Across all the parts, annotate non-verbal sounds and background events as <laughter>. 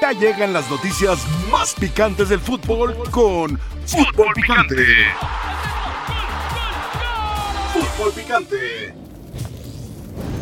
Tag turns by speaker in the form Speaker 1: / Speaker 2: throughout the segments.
Speaker 1: Ya llegan las noticias más picantes del fútbol con Fútbol Picante. Fútbol Picante.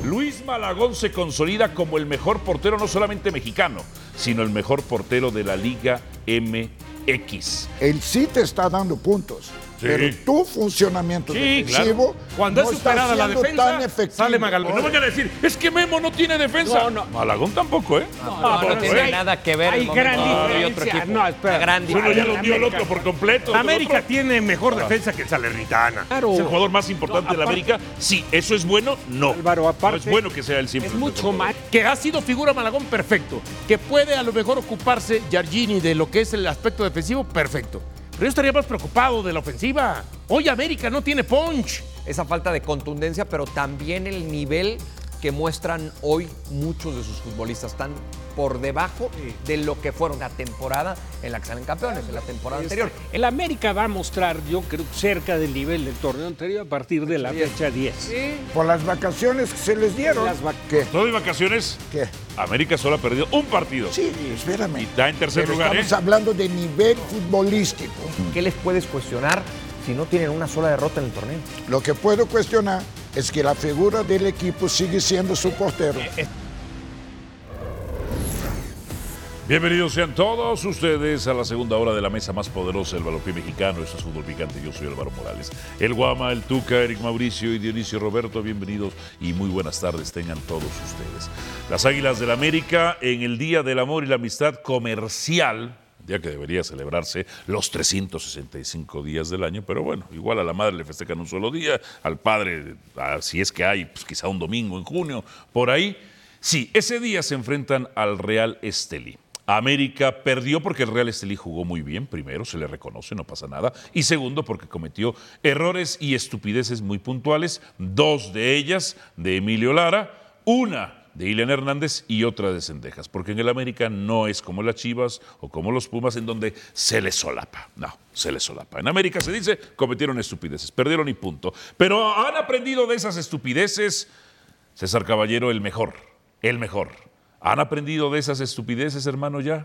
Speaker 2: Luis Malagón se consolida como el mejor portero no solamente mexicano, sino el mejor portero de la Liga MX.
Speaker 3: Él sí te está dando puntos, pero tu funcionamiento
Speaker 2: Sí,
Speaker 3: defensivo
Speaker 2: claro.
Speaker 4: Cuando
Speaker 3: no
Speaker 4: es
Speaker 3: está
Speaker 4: superada la
Speaker 3: siendo
Speaker 4: defensa,
Speaker 3: tan efectivo.
Speaker 4: sale Magalón.
Speaker 2: No vayan a decir, es que Memo no tiene defensa.
Speaker 5: No, no.
Speaker 2: Malagón tampoco, ¿eh?
Speaker 5: No, no
Speaker 2: Tampoco,
Speaker 5: tiene
Speaker 2: ¿eh?
Speaker 5: nada que ver. el
Speaker 4: hay
Speaker 5: momento
Speaker 4: gran
Speaker 5: de uno y otro
Speaker 4: diferencia.
Speaker 5: equipo.
Speaker 4: No, espera.
Speaker 5: La gran
Speaker 2: Uno ya
Speaker 5: diferencia.
Speaker 2: lo dio el otro por completo.
Speaker 4: América
Speaker 2: El otro
Speaker 4: tiene mejor defensa que el Salernitana.
Speaker 5: Claro.
Speaker 2: Es el jugador más importante de la
Speaker 4: aparte-
Speaker 2: América. Sí, ¿eso es bueno? No.
Speaker 4: Álvaro, aparte-
Speaker 2: No es bueno que sea el siempre.
Speaker 6: Es mucho más. Que ha sido figura Malagón, perfecto. Que puede a lo mejor ocuparse Giorgini de lo que es el aspecto defensivo, perfecto. Pero yo estaría más preocupado de la ofensiva. Hoy América no tiene punch.
Speaker 5: Esa falta de contundencia, pero también el nivel que muestran hoy muchos de sus futbolistas. Están por debajo de lo que fueron la temporada en la que salen campeones, en la temporada anterior.
Speaker 4: El América va a mostrar, yo creo, cerca del nivel del torneo anterior a partir de la fecha 10.
Speaker 3: Por las vacaciones que se les dieron.
Speaker 4: Las vac-
Speaker 3: ¿Qué?
Speaker 2: Todo de vacaciones,
Speaker 3: ¿Qué?
Speaker 2: América solo ha perdido un partido.
Speaker 3: Sí, espérame.
Speaker 2: Y está en tercer
Speaker 3: Pero
Speaker 2: lugar,
Speaker 3: Estamos
Speaker 2: ¿eh?
Speaker 3: hablando de nivel futbolístico.
Speaker 5: ¿Qué les puedes cuestionar si no tienen una sola derrota en el torneo?
Speaker 3: Lo que puedo cuestionar es que la figura del equipo sigue siendo su portero.
Speaker 5: Eh,
Speaker 2: Bienvenidos sean todos ustedes a la segunda hora de la mesa más poderosa del balompié mexicano. Esto es Fútbol Picante. Yo soy Álvaro Morales. El Guama, el Tuca, Eric Mauricio y Dionisio Roberto, bienvenidos y muy buenas tardes tengan todos ustedes. Las Águilas del América en el Día del Amor y la Amistad Comercial, día que debería celebrarse los 365 días del año, pero bueno, igual a la madre le festejan un solo día, al padre, ah, si es que hay, pues quizá un domingo en junio, por ahí. Sí, ese día se enfrentan al Real Estelí. América perdió porque el Real Estelí jugó muy bien, primero, se le reconoce, no pasa nada, y segundo, porque cometió errores y estupideces muy puntuales, dos de ellas de Emilio Lara, una de Ileana Hernández y otra de Cendejas, porque en el América no es como las Chivas o como los Pumas en donde se les solapa, no, se les solapa. En América se dice, cometieron estupideces, perdieron y punto, pero han aprendido de esas estupideces, César Caballero, el mejor, el mejor. ¿Han aprendido de esas estupideces, hermano, ya?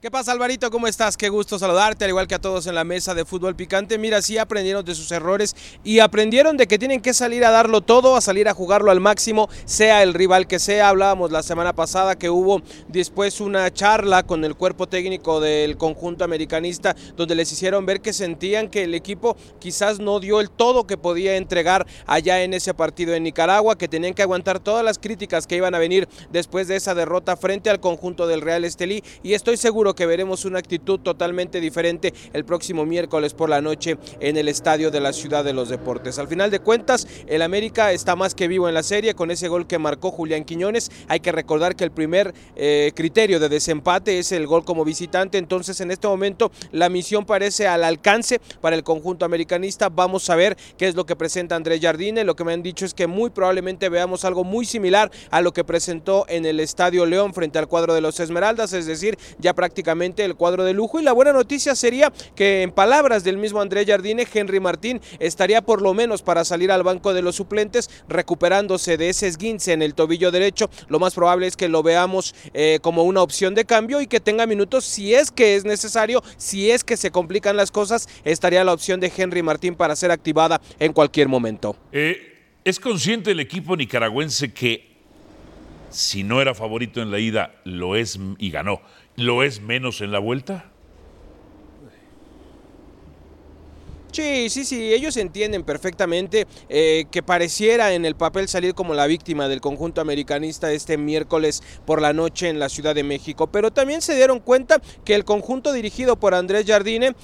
Speaker 7: ¿Qué pasa, Alvarito? ¿Cómo estás? Qué gusto saludarte, al igual que a todos en la mesa de fútbol picante. Mira, sí aprendieron de sus errores y aprendieron de que tienen que salir a darlo todo, a salir a jugarlo al máximo, sea el rival que sea. Hablábamos la semana pasada que hubo después una charla con el cuerpo técnico del conjunto americanista, donde les hicieron ver que sentían que el equipo quizás no dio el todo que podía entregar allá en ese partido en Nicaragua, que tenían que aguantar todas las críticas que iban a venir después de esa derrota frente al conjunto del Real Estelí y estoy seguro que veremos una actitud totalmente diferente el próximo miércoles por la noche en el estadio de la Ciudad de los Deportes. Al final de cuentas, el América está más que vivo en la serie con ese gol que marcó Julián Quiñones. Hay que recordar que el primer eh, criterio de desempate es el gol como visitante, entonces en este momento la misión parece al alcance para el conjunto americanista. Vamos a ver qué es lo que presenta Andrés Jardine. Lo que me han dicho es que muy probablemente veamos algo muy similar a lo que presentó en el Estadio León frente al cuadro de los Esmeraldas, es decir, ya prácticamente el cuadro de lujo. Y la buena noticia sería que, en palabras del mismo Andrés Jardine, Henry Martín estaría por lo menos para salir al banco de los suplentes, recuperándose de ese esguince en el tobillo derecho. Lo más probable es que lo veamos eh, como una opción de cambio y que tenga minutos si es que es necesario, si es que se complican las cosas, estaría la opción de Henry Martín para ser activada en cualquier momento.
Speaker 2: Eh, ¿Es consciente el equipo nicaragüense que si no era favorito en la ida, lo es m- y ganó, lo es menos en la vuelta?
Speaker 7: Sí, sí, sí, ellos entienden perfectamente eh, que pareciera en el papel salir como la víctima del conjunto americanista este miércoles por la noche en la Ciudad de México, pero también se dieron cuenta que el conjunto dirigido por Andrés Jardine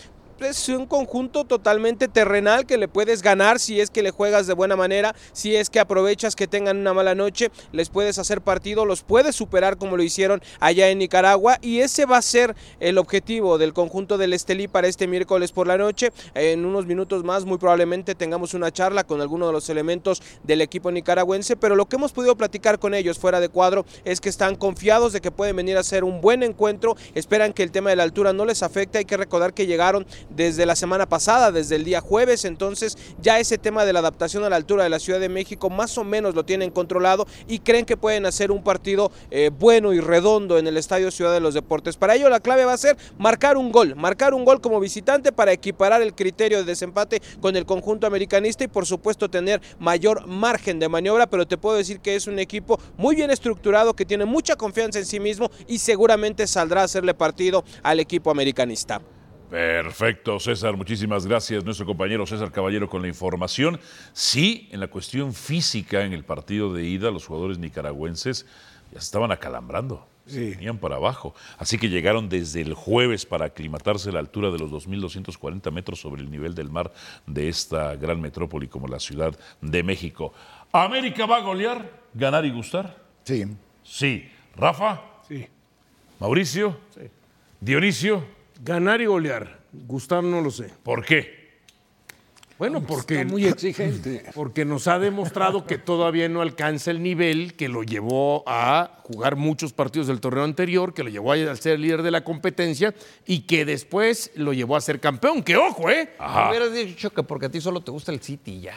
Speaker 7: es un conjunto totalmente terrenal que le puedes ganar si es que le juegas de buena manera, si es que aprovechas que tengan una mala noche, les puedes hacer partido, los puedes superar como lo hicieron allá en Nicaragua y ese va a ser el objetivo del conjunto del Estelí para este miércoles por la noche. En unos minutos más muy probablemente tengamos una charla con alguno de los elementos del equipo nicaragüense, pero lo que hemos podido platicar con ellos fuera de cuadro es que están confiados de que pueden venir a hacer un buen encuentro, esperan que el tema de la altura no les afecte, hay que recordar que llegaron desde la semana pasada, desde el día jueves. Entonces ya ese tema de la adaptación a la altura de la Ciudad de México más o menos lo tienen controlado y creen que pueden hacer un partido eh, bueno y redondo en el Estadio Ciudad de los Deportes. Para ello la clave va a ser marcar un gol, marcar un gol como visitante para equiparar el criterio de desempate con el conjunto americanista y por supuesto tener mayor margen de maniobra, pero te puedo decir que es un equipo muy bien estructurado, que tiene mucha confianza en sí mismo y seguramente saldrá a hacerle partido al equipo americanista.
Speaker 2: Perfecto, César. Muchísimas gracias, nuestro compañero César Caballero, con la información. Sí, en la cuestión física, en el partido de ida, los jugadores nicaragüenses ya se estaban acalambrando.
Speaker 8: Sí.
Speaker 2: Se Venían para abajo. Así que llegaron desde el jueves para aclimatarse a la altura de los 2.240 metros sobre el nivel del mar de esta gran metrópoli como la Ciudad de México. ¿América va a golear, ganar y gustar?
Speaker 3: Sí.
Speaker 2: Sí. ¿Rafa?
Speaker 4: Sí.
Speaker 2: ¿Mauricio? Sí. ¿Dionisio?
Speaker 6: Ganar y golear. Gustar no lo sé.
Speaker 2: ¿Por qué?
Speaker 6: Bueno,
Speaker 5: Pues
Speaker 6: porque,
Speaker 4: Está
Speaker 6: <laughs>
Speaker 4: muy exigente.
Speaker 6: porque nos ha demostrado que todavía no alcanza el nivel que lo llevó a jugar muchos partidos del torneo anterior, que lo llevó a ser líder de la competencia y que después lo llevó a ser campeón. ¡Que ojo, eh!
Speaker 2: Ajá.
Speaker 5: Hubieras dicho que porque a ti solo te gusta el City ya.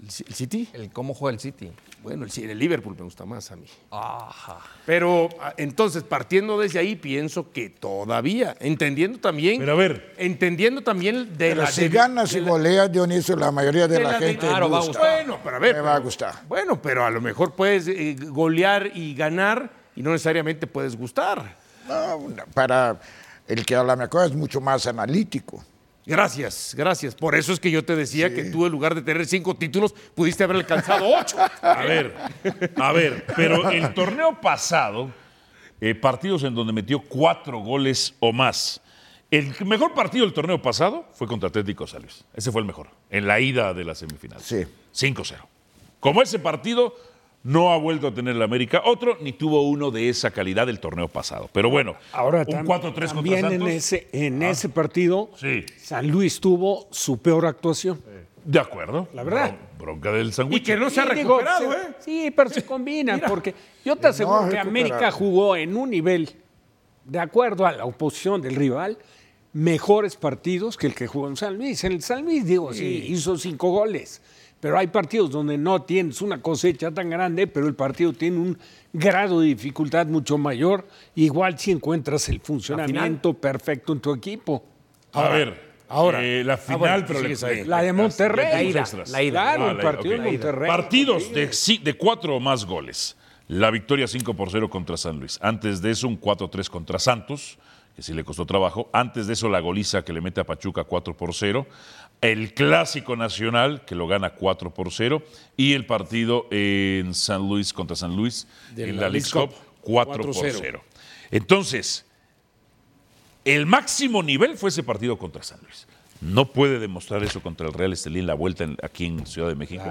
Speaker 6: ¿El C- el City?
Speaker 5: El cómo juega el City.
Speaker 6: Bueno, el, C- el Liverpool me gusta más a mí.
Speaker 5: Ajá.
Speaker 6: Pero ah, entonces, partiendo desde ahí, pienso que todavía, entendiendo también...
Speaker 2: Pero a ver.
Speaker 6: Entendiendo también de
Speaker 3: Pero
Speaker 6: la...
Speaker 3: si
Speaker 6: de-
Speaker 3: ganas
Speaker 6: de
Speaker 3: y
Speaker 6: la-
Speaker 3: goleas, Dionisio, la mayoría de
Speaker 6: de
Speaker 3: la
Speaker 6: la de-
Speaker 3: gente pues,
Speaker 5: Claro, va a
Speaker 3: gusta.
Speaker 5: gustar.
Speaker 6: Bueno, pero a ver.
Speaker 3: Me va a
Speaker 6: pero-
Speaker 3: gustar.
Speaker 6: Bueno, pero a lo mejor puedes eh, golear y ganar y no necesariamente puedes gustar.
Speaker 3: No, no, para el que a lo mejor es mucho ah, más analítico.
Speaker 6: Gracias, gracias. Por eso es que yo te decía que tú, en lugar de tener cinco títulos, pudiste haber alcanzado ocho.
Speaker 2: A ver, a ver, pero el torneo pasado, eh, partidos en donde metió cuatro goles o más. El mejor partido del torneo pasado fue contra Atlético de San Luis. Ese fue el mejor, en la ida de la semifinal.
Speaker 3: Sí.
Speaker 2: 5-0. Como ese partido no ha vuelto a tener la América otro, ni tuvo uno de esa calidad del torneo pasado. Pero bueno,
Speaker 4: Ahora
Speaker 2: un
Speaker 4: tam-
Speaker 2: 4-3 contra
Speaker 4: también en
Speaker 2: Santos. Ah.
Speaker 4: ese, en ese partido,
Speaker 2: Sí.
Speaker 4: San Luis tuvo su peor actuación.
Speaker 2: De acuerdo.
Speaker 4: La verdad.
Speaker 2: Bron- Bronca del
Speaker 6: Y
Speaker 2: sándwich.
Speaker 6: que no se ha
Speaker 4: Sí, digo,
Speaker 6: recuperado,
Speaker 4: se-
Speaker 6: ¿eh?
Speaker 4: Sí, pero se combinan, porque yo te aseguro que
Speaker 3: recuperado.
Speaker 4: América jugó en un nivel, de acuerdo a la oposición del rival, mejores partidos que el que jugó en San Luis. En el San Luis, digo, sí, hizo cinco goles. Pero hay partidos donde no tienes una cosecha tan grande, pero el partido tiene un grado de dificultad mucho mayor. Igual si encuentras el funcionamiento perfecto en tu equipo.
Speaker 2: a ver.
Speaker 6: ahora.
Speaker 2: eh, la
Speaker 6: Ah,
Speaker 2: final,
Speaker 6: bueno,
Speaker 2: pero
Speaker 6: sigues
Speaker 2: le-
Speaker 6: ahí.
Speaker 4: La de Monterrey.
Speaker 2: Ya tenemos
Speaker 5: La ida,
Speaker 2: extras.
Speaker 5: la ida.
Speaker 4: Claro,
Speaker 2: Ah,
Speaker 4: el
Speaker 2: la ida,
Speaker 4: partido
Speaker 2: ok.
Speaker 4: en Monterrey.
Speaker 2: Partidos de, ci- de cuatro o más goles. La victoria 5 por 0 contra San Luis. Antes de eso, un 4-3 contra Santos, que sí le costó trabajo. Antes de eso, la goliza que le mete a Pachuca 4 por 0. El clásico nacional, que lo gana 4 por 0. Y el partido en San Luis contra San Luis, en la, League Cup, 4 por 0. Entonces, el máximo nivel fue ese partido contra San Luis. No puede demostrar eso contra el Real Estelí en la vuelta en- aquí en Ciudad de México.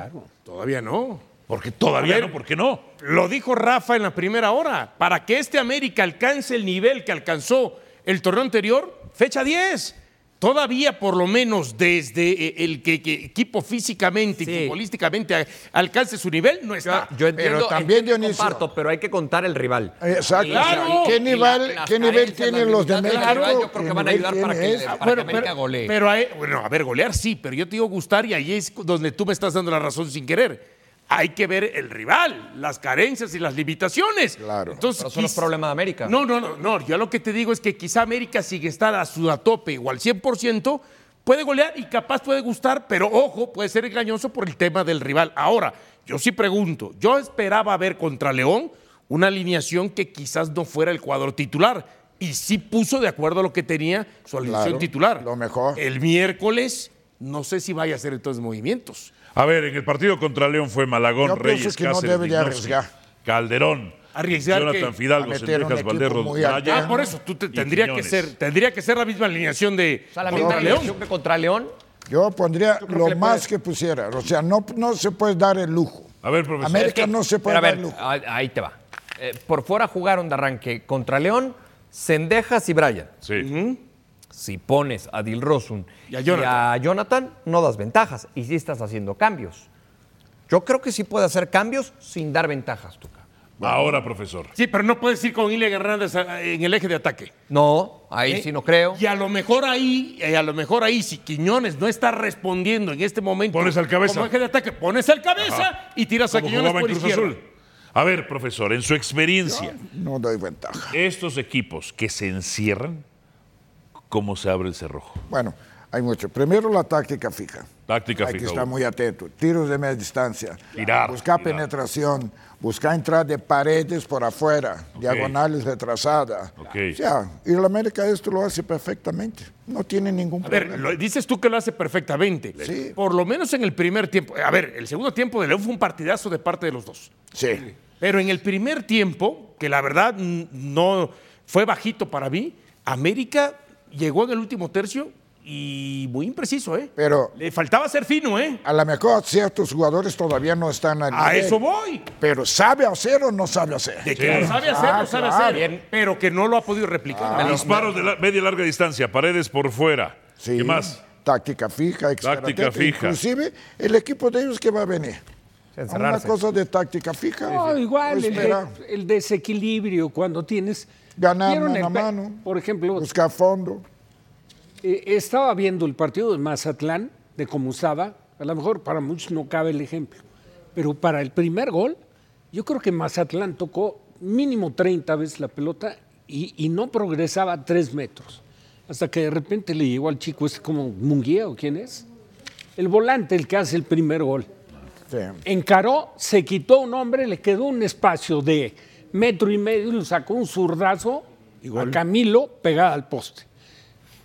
Speaker 6: Todavía no.
Speaker 2: Porque todavía
Speaker 6: A ver.
Speaker 2: no, ¿por qué no?
Speaker 6: Lo dijo Rafa en la primera hora. Para que este América alcance el nivel que alcanzó el torneo anterior, fecha 10. Todavía, por lo menos, desde eh, el que, que equipo físicamente
Speaker 5: Sí.
Speaker 6: y futbolísticamente a- alcance su nivel, no está.
Speaker 5: Yo entiendo,
Speaker 3: también,
Speaker 5: entiendo y
Speaker 3: Dionisio.
Speaker 5: comparto, pero hay que contar el rival.
Speaker 3: Exacto.
Speaker 6: Claro.
Speaker 3: ¿Qué
Speaker 5: Y
Speaker 3: nivel,
Speaker 5: la- las
Speaker 3: qué nivel
Speaker 5: carencias,
Speaker 3: tienen
Speaker 5: las
Speaker 3: los de México?
Speaker 5: limitaciones del rival, Yo creo
Speaker 3: ¿Qué
Speaker 5: que van a
Speaker 3: nivel
Speaker 5: ayudar para que,
Speaker 3: tiene
Speaker 5: le-
Speaker 3: ese?
Speaker 5: para que
Speaker 6: Bueno,
Speaker 5: América golee.
Speaker 6: pero a- bueno, a ver, golear sí, pero yo te digo gustar y ahí es donde tú me estás dando la razón sin querer. Hay que ver el rival, las carencias y las limitaciones.
Speaker 3: Claro.
Speaker 6: Entonces,
Speaker 5: Pero son los
Speaker 6: quiz-
Speaker 5: problemas de América.
Speaker 6: No, no, no, no. Yo lo que te digo es que quizá América sigue estar a su a tope o al 100%, puede golear y capaz puede gustar, pero ojo, puede ser engañoso por el tema del rival. Ahora, yo sí pregunto, yo esperaba ver contra León una alineación que quizás no fuera el cuadro titular. Y sí puso de acuerdo a lo que tenía su alineación
Speaker 3: Claro,
Speaker 6: titular.
Speaker 3: lo mejor.
Speaker 6: El miércoles, no sé si vaya a hacer entonces movimientos.
Speaker 2: A ver, en el partido contra León fue Malagón,
Speaker 3: Yo pienso
Speaker 2: Reyes,
Speaker 3: que no
Speaker 2: Cáceres,
Speaker 3: debe de
Speaker 2: Vignosi,
Speaker 3: arriesgar.
Speaker 2: Calderón,
Speaker 6: ¿Arriesgar
Speaker 2: Jonathan
Speaker 6: qué?
Speaker 2: Fidalgo,
Speaker 3: A meter un
Speaker 2: Sendejas,
Speaker 3: equipo
Speaker 2: Valderro,
Speaker 3: muy
Speaker 2: Naya.
Speaker 3: alterno.
Speaker 6: Ah, por eso, tú te-
Speaker 2: y
Speaker 6: tendría, que
Speaker 2: Quiñones.
Speaker 6: ser, tendría que ser la misma alineación de
Speaker 5: O sea, la
Speaker 6: contra
Speaker 5: misma alineación que contra León.
Speaker 3: Yo pondría lo más que pusiera. O sea, no, no se puede dar el lujo.
Speaker 2: A ver, profesor.
Speaker 3: América
Speaker 5: Es que-
Speaker 3: no se puede
Speaker 5: pero a ver,
Speaker 3: dar el lujo.
Speaker 5: a- ahí te va. Eh, por fuera jugaron de arranque contra León, Cendejas y Brian.
Speaker 2: Sí.
Speaker 5: Si pones a Dil Rosun
Speaker 6: Y a Jonathan.
Speaker 5: y a Jonathan, no das ventajas y sí estás haciendo cambios. Yo creo que sí puede hacer cambios sin dar ventajas, Tuca.
Speaker 2: Ahora, profesor.
Speaker 6: Sí, pero no puedes ir con Ilya Hernández a- en el eje de ataque. ¿Eh?
Speaker 5: No, ahí sí no creo.
Speaker 6: Y a lo mejor ahí, eh, a lo mejor ahí, si Quiñones no está respondiendo en este momento.
Speaker 2: Pones al cabeza.
Speaker 6: Como eje de ataque, pones al cabeza
Speaker 2: Ajá.
Speaker 6: y tiras a
Speaker 2: Como
Speaker 6: Quiñones
Speaker 2: jugaba en
Speaker 6: por
Speaker 2: Cruz
Speaker 6: izquierda.
Speaker 2: Azul. A ver, profesor, en su experiencia,
Speaker 3: No doy ventaja.
Speaker 2: estos equipos que se encierran, ¿cómo se abre el cerrojo?
Speaker 3: Bueno, hay mucho. Primero la táctica fija.
Speaker 2: Táctica
Speaker 3: Hay que
Speaker 2: fija,
Speaker 3: estar
Speaker 2: uno.
Speaker 3: muy atento. Tiros de media distancia.
Speaker 2: Tirar,
Speaker 3: buscar
Speaker 2: tirar.
Speaker 3: penetración. Buscar entrar de paredes por afuera. Diagonales retrasadas.
Speaker 2: Ok.
Speaker 3: O sea, y la América esto lo hace perfectamente. No tiene ningún
Speaker 6: A
Speaker 3: problema.
Speaker 6: ver, lo- dices tú que lo hace perfectamente.
Speaker 3: Sí.
Speaker 6: Por lo menos en el primer tiempo. A ver, el segundo tiempo de León fue un partidazo de parte de los dos.
Speaker 3: Sí.
Speaker 6: Pero en el primer tiempo, que la verdad mm, no fue bajito para mí, América llegó en el último tercio y muy impreciso, ¿eh?
Speaker 3: Pero
Speaker 6: Le faltaba ser fino, ¿eh?
Speaker 3: a lo mejor ciertos jugadores todavía no están al
Speaker 6: A
Speaker 3: nivel.
Speaker 6: eso voy.
Speaker 3: Pero ¿sabe hacer o no sabe hacer?
Speaker 6: De que lo sabe hacer,
Speaker 3: Ah,
Speaker 6: lo sabe
Speaker 3: claro. Ah,
Speaker 6: hacer, pero que no lo ha podido replicar.
Speaker 2: Disparos de la- media y larga distancia, paredes por fuera.
Speaker 3: Sí.
Speaker 2: ¿Qué más?
Speaker 3: Táctica fija, etcétera,
Speaker 2: Táctica
Speaker 3: etcétera.
Speaker 2: fija.
Speaker 3: Inclusive el equipo de ellos que va a venir. Una
Speaker 5: Encerrarse.
Speaker 3: cosa de táctica fija.
Speaker 4: No, Oh, igual, el,
Speaker 3: Pues Espera.
Speaker 4: de- el desequilibrio cuando tienes...
Speaker 3: Ganar
Speaker 4: ¿Vieron
Speaker 3: mano
Speaker 4: el
Speaker 3: a
Speaker 4: pe-
Speaker 3: mano.
Speaker 4: Por ejemplo,
Speaker 3: Buscar fondo.
Speaker 4: Eh, estaba viendo el partido de Mazatlán, de cómo estaba. A lo mejor para muchos no cabe el ejemplo. Pero para el primer gol, yo creo que Mazatlán tocó mínimo 30 veces la pelota y, y no progresaba tres metros. Hasta que de repente le llegó al chico, este como Munguía o quién es. El volante, el que hace el primer gol.
Speaker 3: Sí.
Speaker 4: Encaró, se quitó un hombre, le quedó un espacio de metro y medio y lo sacó un zurdazo a Camilo pegada al poste.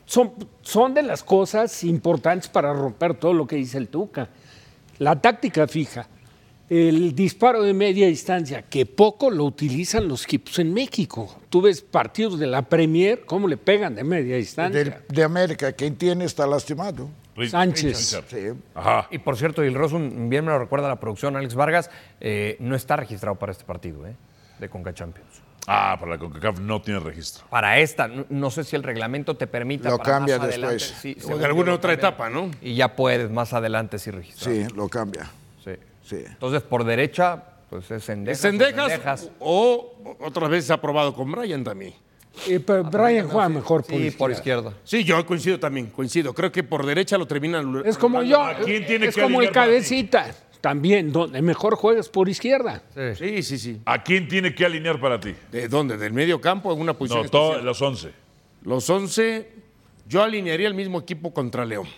Speaker 4: Son, son de las cosas importantes para romper todo lo que dice el Tuca. La táctica fija, el disparo de media distancia, que poco lo utilizan los equipos en México. Tú ves partidos de la Premier, cómo le pegan de media distancia.
Speaker 3: Del- de América, quien tiene está lastimado.
Speaker 2: Ri-
Speaker 4: Sánchez.
Speaker 2: Richard.
Speaker 3: Sí.
Speaker 2: Ajá.
Speaker 5: Y por cierto, el Rosun, bien me lo recuerda la producción, Alex Vargas, eh, no está registrado para este partido ¿eh? de Conca Champions.
Speaker 2: Ah, para la CONCACAF no tiene registro.
Speaker 5: Para esta, no, no sé si el reglamento te permita.
Speaker 3: Lo
Speaker 5: para más
Speaker 3: cambia
Speaker 5: adelante,
Speaker 3: después.
Speaker 5: sí,
Speaker 6: O
Speaker 5: según
Speaker 6: en
Speaker 5: yo
Speaker 6: alguna
Speaker 5: lo
Speaker 6: otra
Speaker 5: cambian.
Speaker 6: etapa, ¿no?
Speaker 5: Y ya puedes más adelante sí registrar.
Speaker 3: Sí, lo cambia.
Speaker 5: Sí.
Speaker 3: Sí.
Speaker 5: Entonces, por derecha, pues es Sendejas. o
Speaker 6: Sendejas,
Speaker 5: Sendejas.
Speaker 6: o o- otras veces ha probado con Brian también.
Speaker 4: Eh,
Speaker 3: Ah,
Speaker 4: pero Brian juega mejor por
Speaker 5: Sí,
Speaker 4: izquierda.
Speaker 5: por izquierda.
Speaker 6: Sí, yo coincido también, coincido. Creo que por derecha lo terminan.
Speaker 4: Es como yo, eh,
Speaker 2: ¿A quién tiene
Speaker 4: es
Speaker 2: que
Speaker 4: como el
Speaker 2: alinear para ti?
Speaker 4: cabecita, también, donde mejor juegas por izquierda.
Speaker 5: Sí.
Speaker 6: Sí, sí, sí.
Speaker 2: ¿A quién tiene que alinear para ti?
Speaker 6: ¿De dónde? ¿Del medio campo? ¿Alguna posición?
Speaker 2: No, todos
Speaker 6: especial?
Speaker 2: los 11.
Speaker 6: Los 11, yo alinearía el mismo equipo contra León.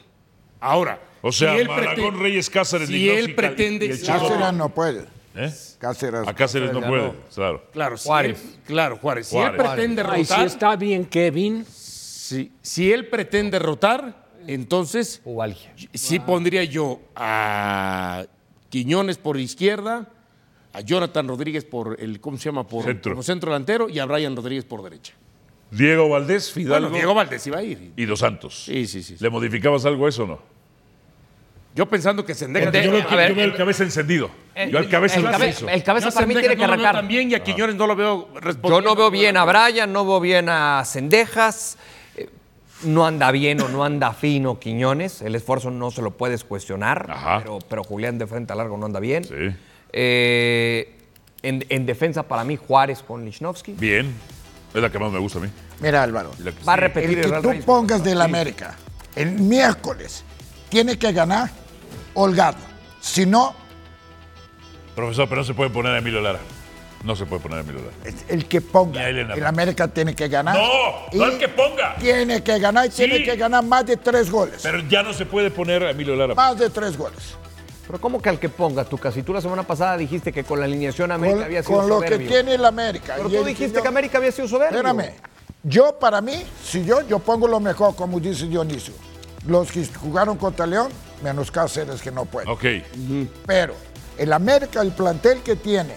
Speaker 6: Ahora,
Speaker 2: O sea,
Speaker 6: si él
Speaker 2: Maragón,
Speaker 6: prete-
Speaker 2: Reyes, Cáceres,
Speaker 6: si él
Speaker 2: Lignacio y Cal-
Speaker 6: pretende-
Speaker 2: y el Chaco.
Speaker 3: Cáceres no puede.
Speaker 2: ¿Eh?
Speaker 3: Cáceres.
Speaker 2: A Cáceres no puede, claro.
Speaker 6: Claro, si
Speaker 5: Juárez.
Speaker 6: él- claro, Juárez. Si
Speaker 2: Juárez.
Speaker 6: él pretende
Speaker 4: Ay, si
Speaker 6: rotar,
Speaker 4: está bien Kevin,
Speaker 6: si, si él pretende rotar, entonces
Speaker 5: Ubalgia.
Speaker 6: sí pondría yo a Quiñones por izquierda, a Jonathan Rodríguez por el, ¿cómo se llama? Por,
Speaker 2: Centro.
Speaker 6: Como centro delantero y a Brian Rodríguez por derecha.
Speaker 2: Diego Valdés, Fidalgo
Speaker 6: Bueno, Diego Valdés iba a ir.
Speaker 2: y Los Santos.
Speaker 6: Sí, sí, sí.
Speaker 2: ¿Le modificabas algo a eso o no?
Speaker 6: Yo pensando que Sendejas...
Speaker 5: De-
Speaker 2: Yo veo,
Speaker 5: a ver,
Speaker 2: yo veo el cabeza encendido.
Speaker 6: Eh,
Speaker 2: Yo al cabeza
Speaker 5: el,
Speaker 2: no Ah.
Speaker 5: cabe-
Speaker 2: hizo.
Speaker 5: el cabeza
Speaker 6: Yo a
Speaker 5: para mí
Speaker 6: Sendejas
Speaker 5: tiene que
Speaker 6: no lo veo
Speaker 5: arrancar.
Speaker 6: tan bien y a Quiñones no lo veo
Speaker 5: Yo
Speaker 6: respondiendo.
Speaker 5: no veo bien a Brian, no veo bien a Cendejas, eh, no anda bien o no anda fino Quiñones, el esfuerzo no se lo puedes cuestionar,
Speaker 2: Ajá.
Speaker 5: pero, pero Julián de frente a largo no anda bien.
Speaker 2: Sí.
Speaker 5: Eh, en, en defensa para mí Juárez con Lichnowsky.
Speaker 2: Bien. Es la que más me gusta a mí.
Speaker 3: Mira, Álvaro.
Speaker 2: La que-
Speaker 5: Va a
Speaker 3: El
Speaker 5: repetir
Speaker 3: que
Speaker 5: Real
Speaker 3: tú
Speaker 5: Reyes.
Speaker 3: pongas del América el miércoles tiene que ganar holgado. Si no,
Speaker 2: Profesor, pero no se puede poner a Emilio Lara. No se puede poner a Emilio Lara.
Speaker 3: es el que ponga
Speaker 2: Ya, Elena.
Speaker 3: el América tiene que ganar.
Speaker 2: No, no
Speaker 3: Y
Speaker 2: el que ponga.
Speaker 3: Tiene que ganar y tiene que ganar más de tres goles.
Speaker 2: Pero ya no se puede poner a Emilio Lara.
Speaker 3: Más de tres goles.
Speaker 5: Pero ¿cómo que al que ponga tú casi? Tú la semana pasada dijiste que con la alineación América
Speaker 3: Con,
Speaker 5: había sido
Speaker 3: con lo que
Speaker 5: soberbio.
Speaker 3: tiene el América.
Speaker 5: Pero
Speaker 3: Y
Speaker 5: tú
Speaker 3: el
Speaker 5: dijiste
Speaker 3: Quiñones-
Speaker 5: que América había sido soberbio.
Speaker 3: Espérame. Yo, para mí, si yo, yo pongo lo mejor, como dice Dionisio. Los que jugaron contra León, menos Cáceres que no pueden.
Speaker 2: Ok.
Speaker 3: Pero el América, el plantel que tiene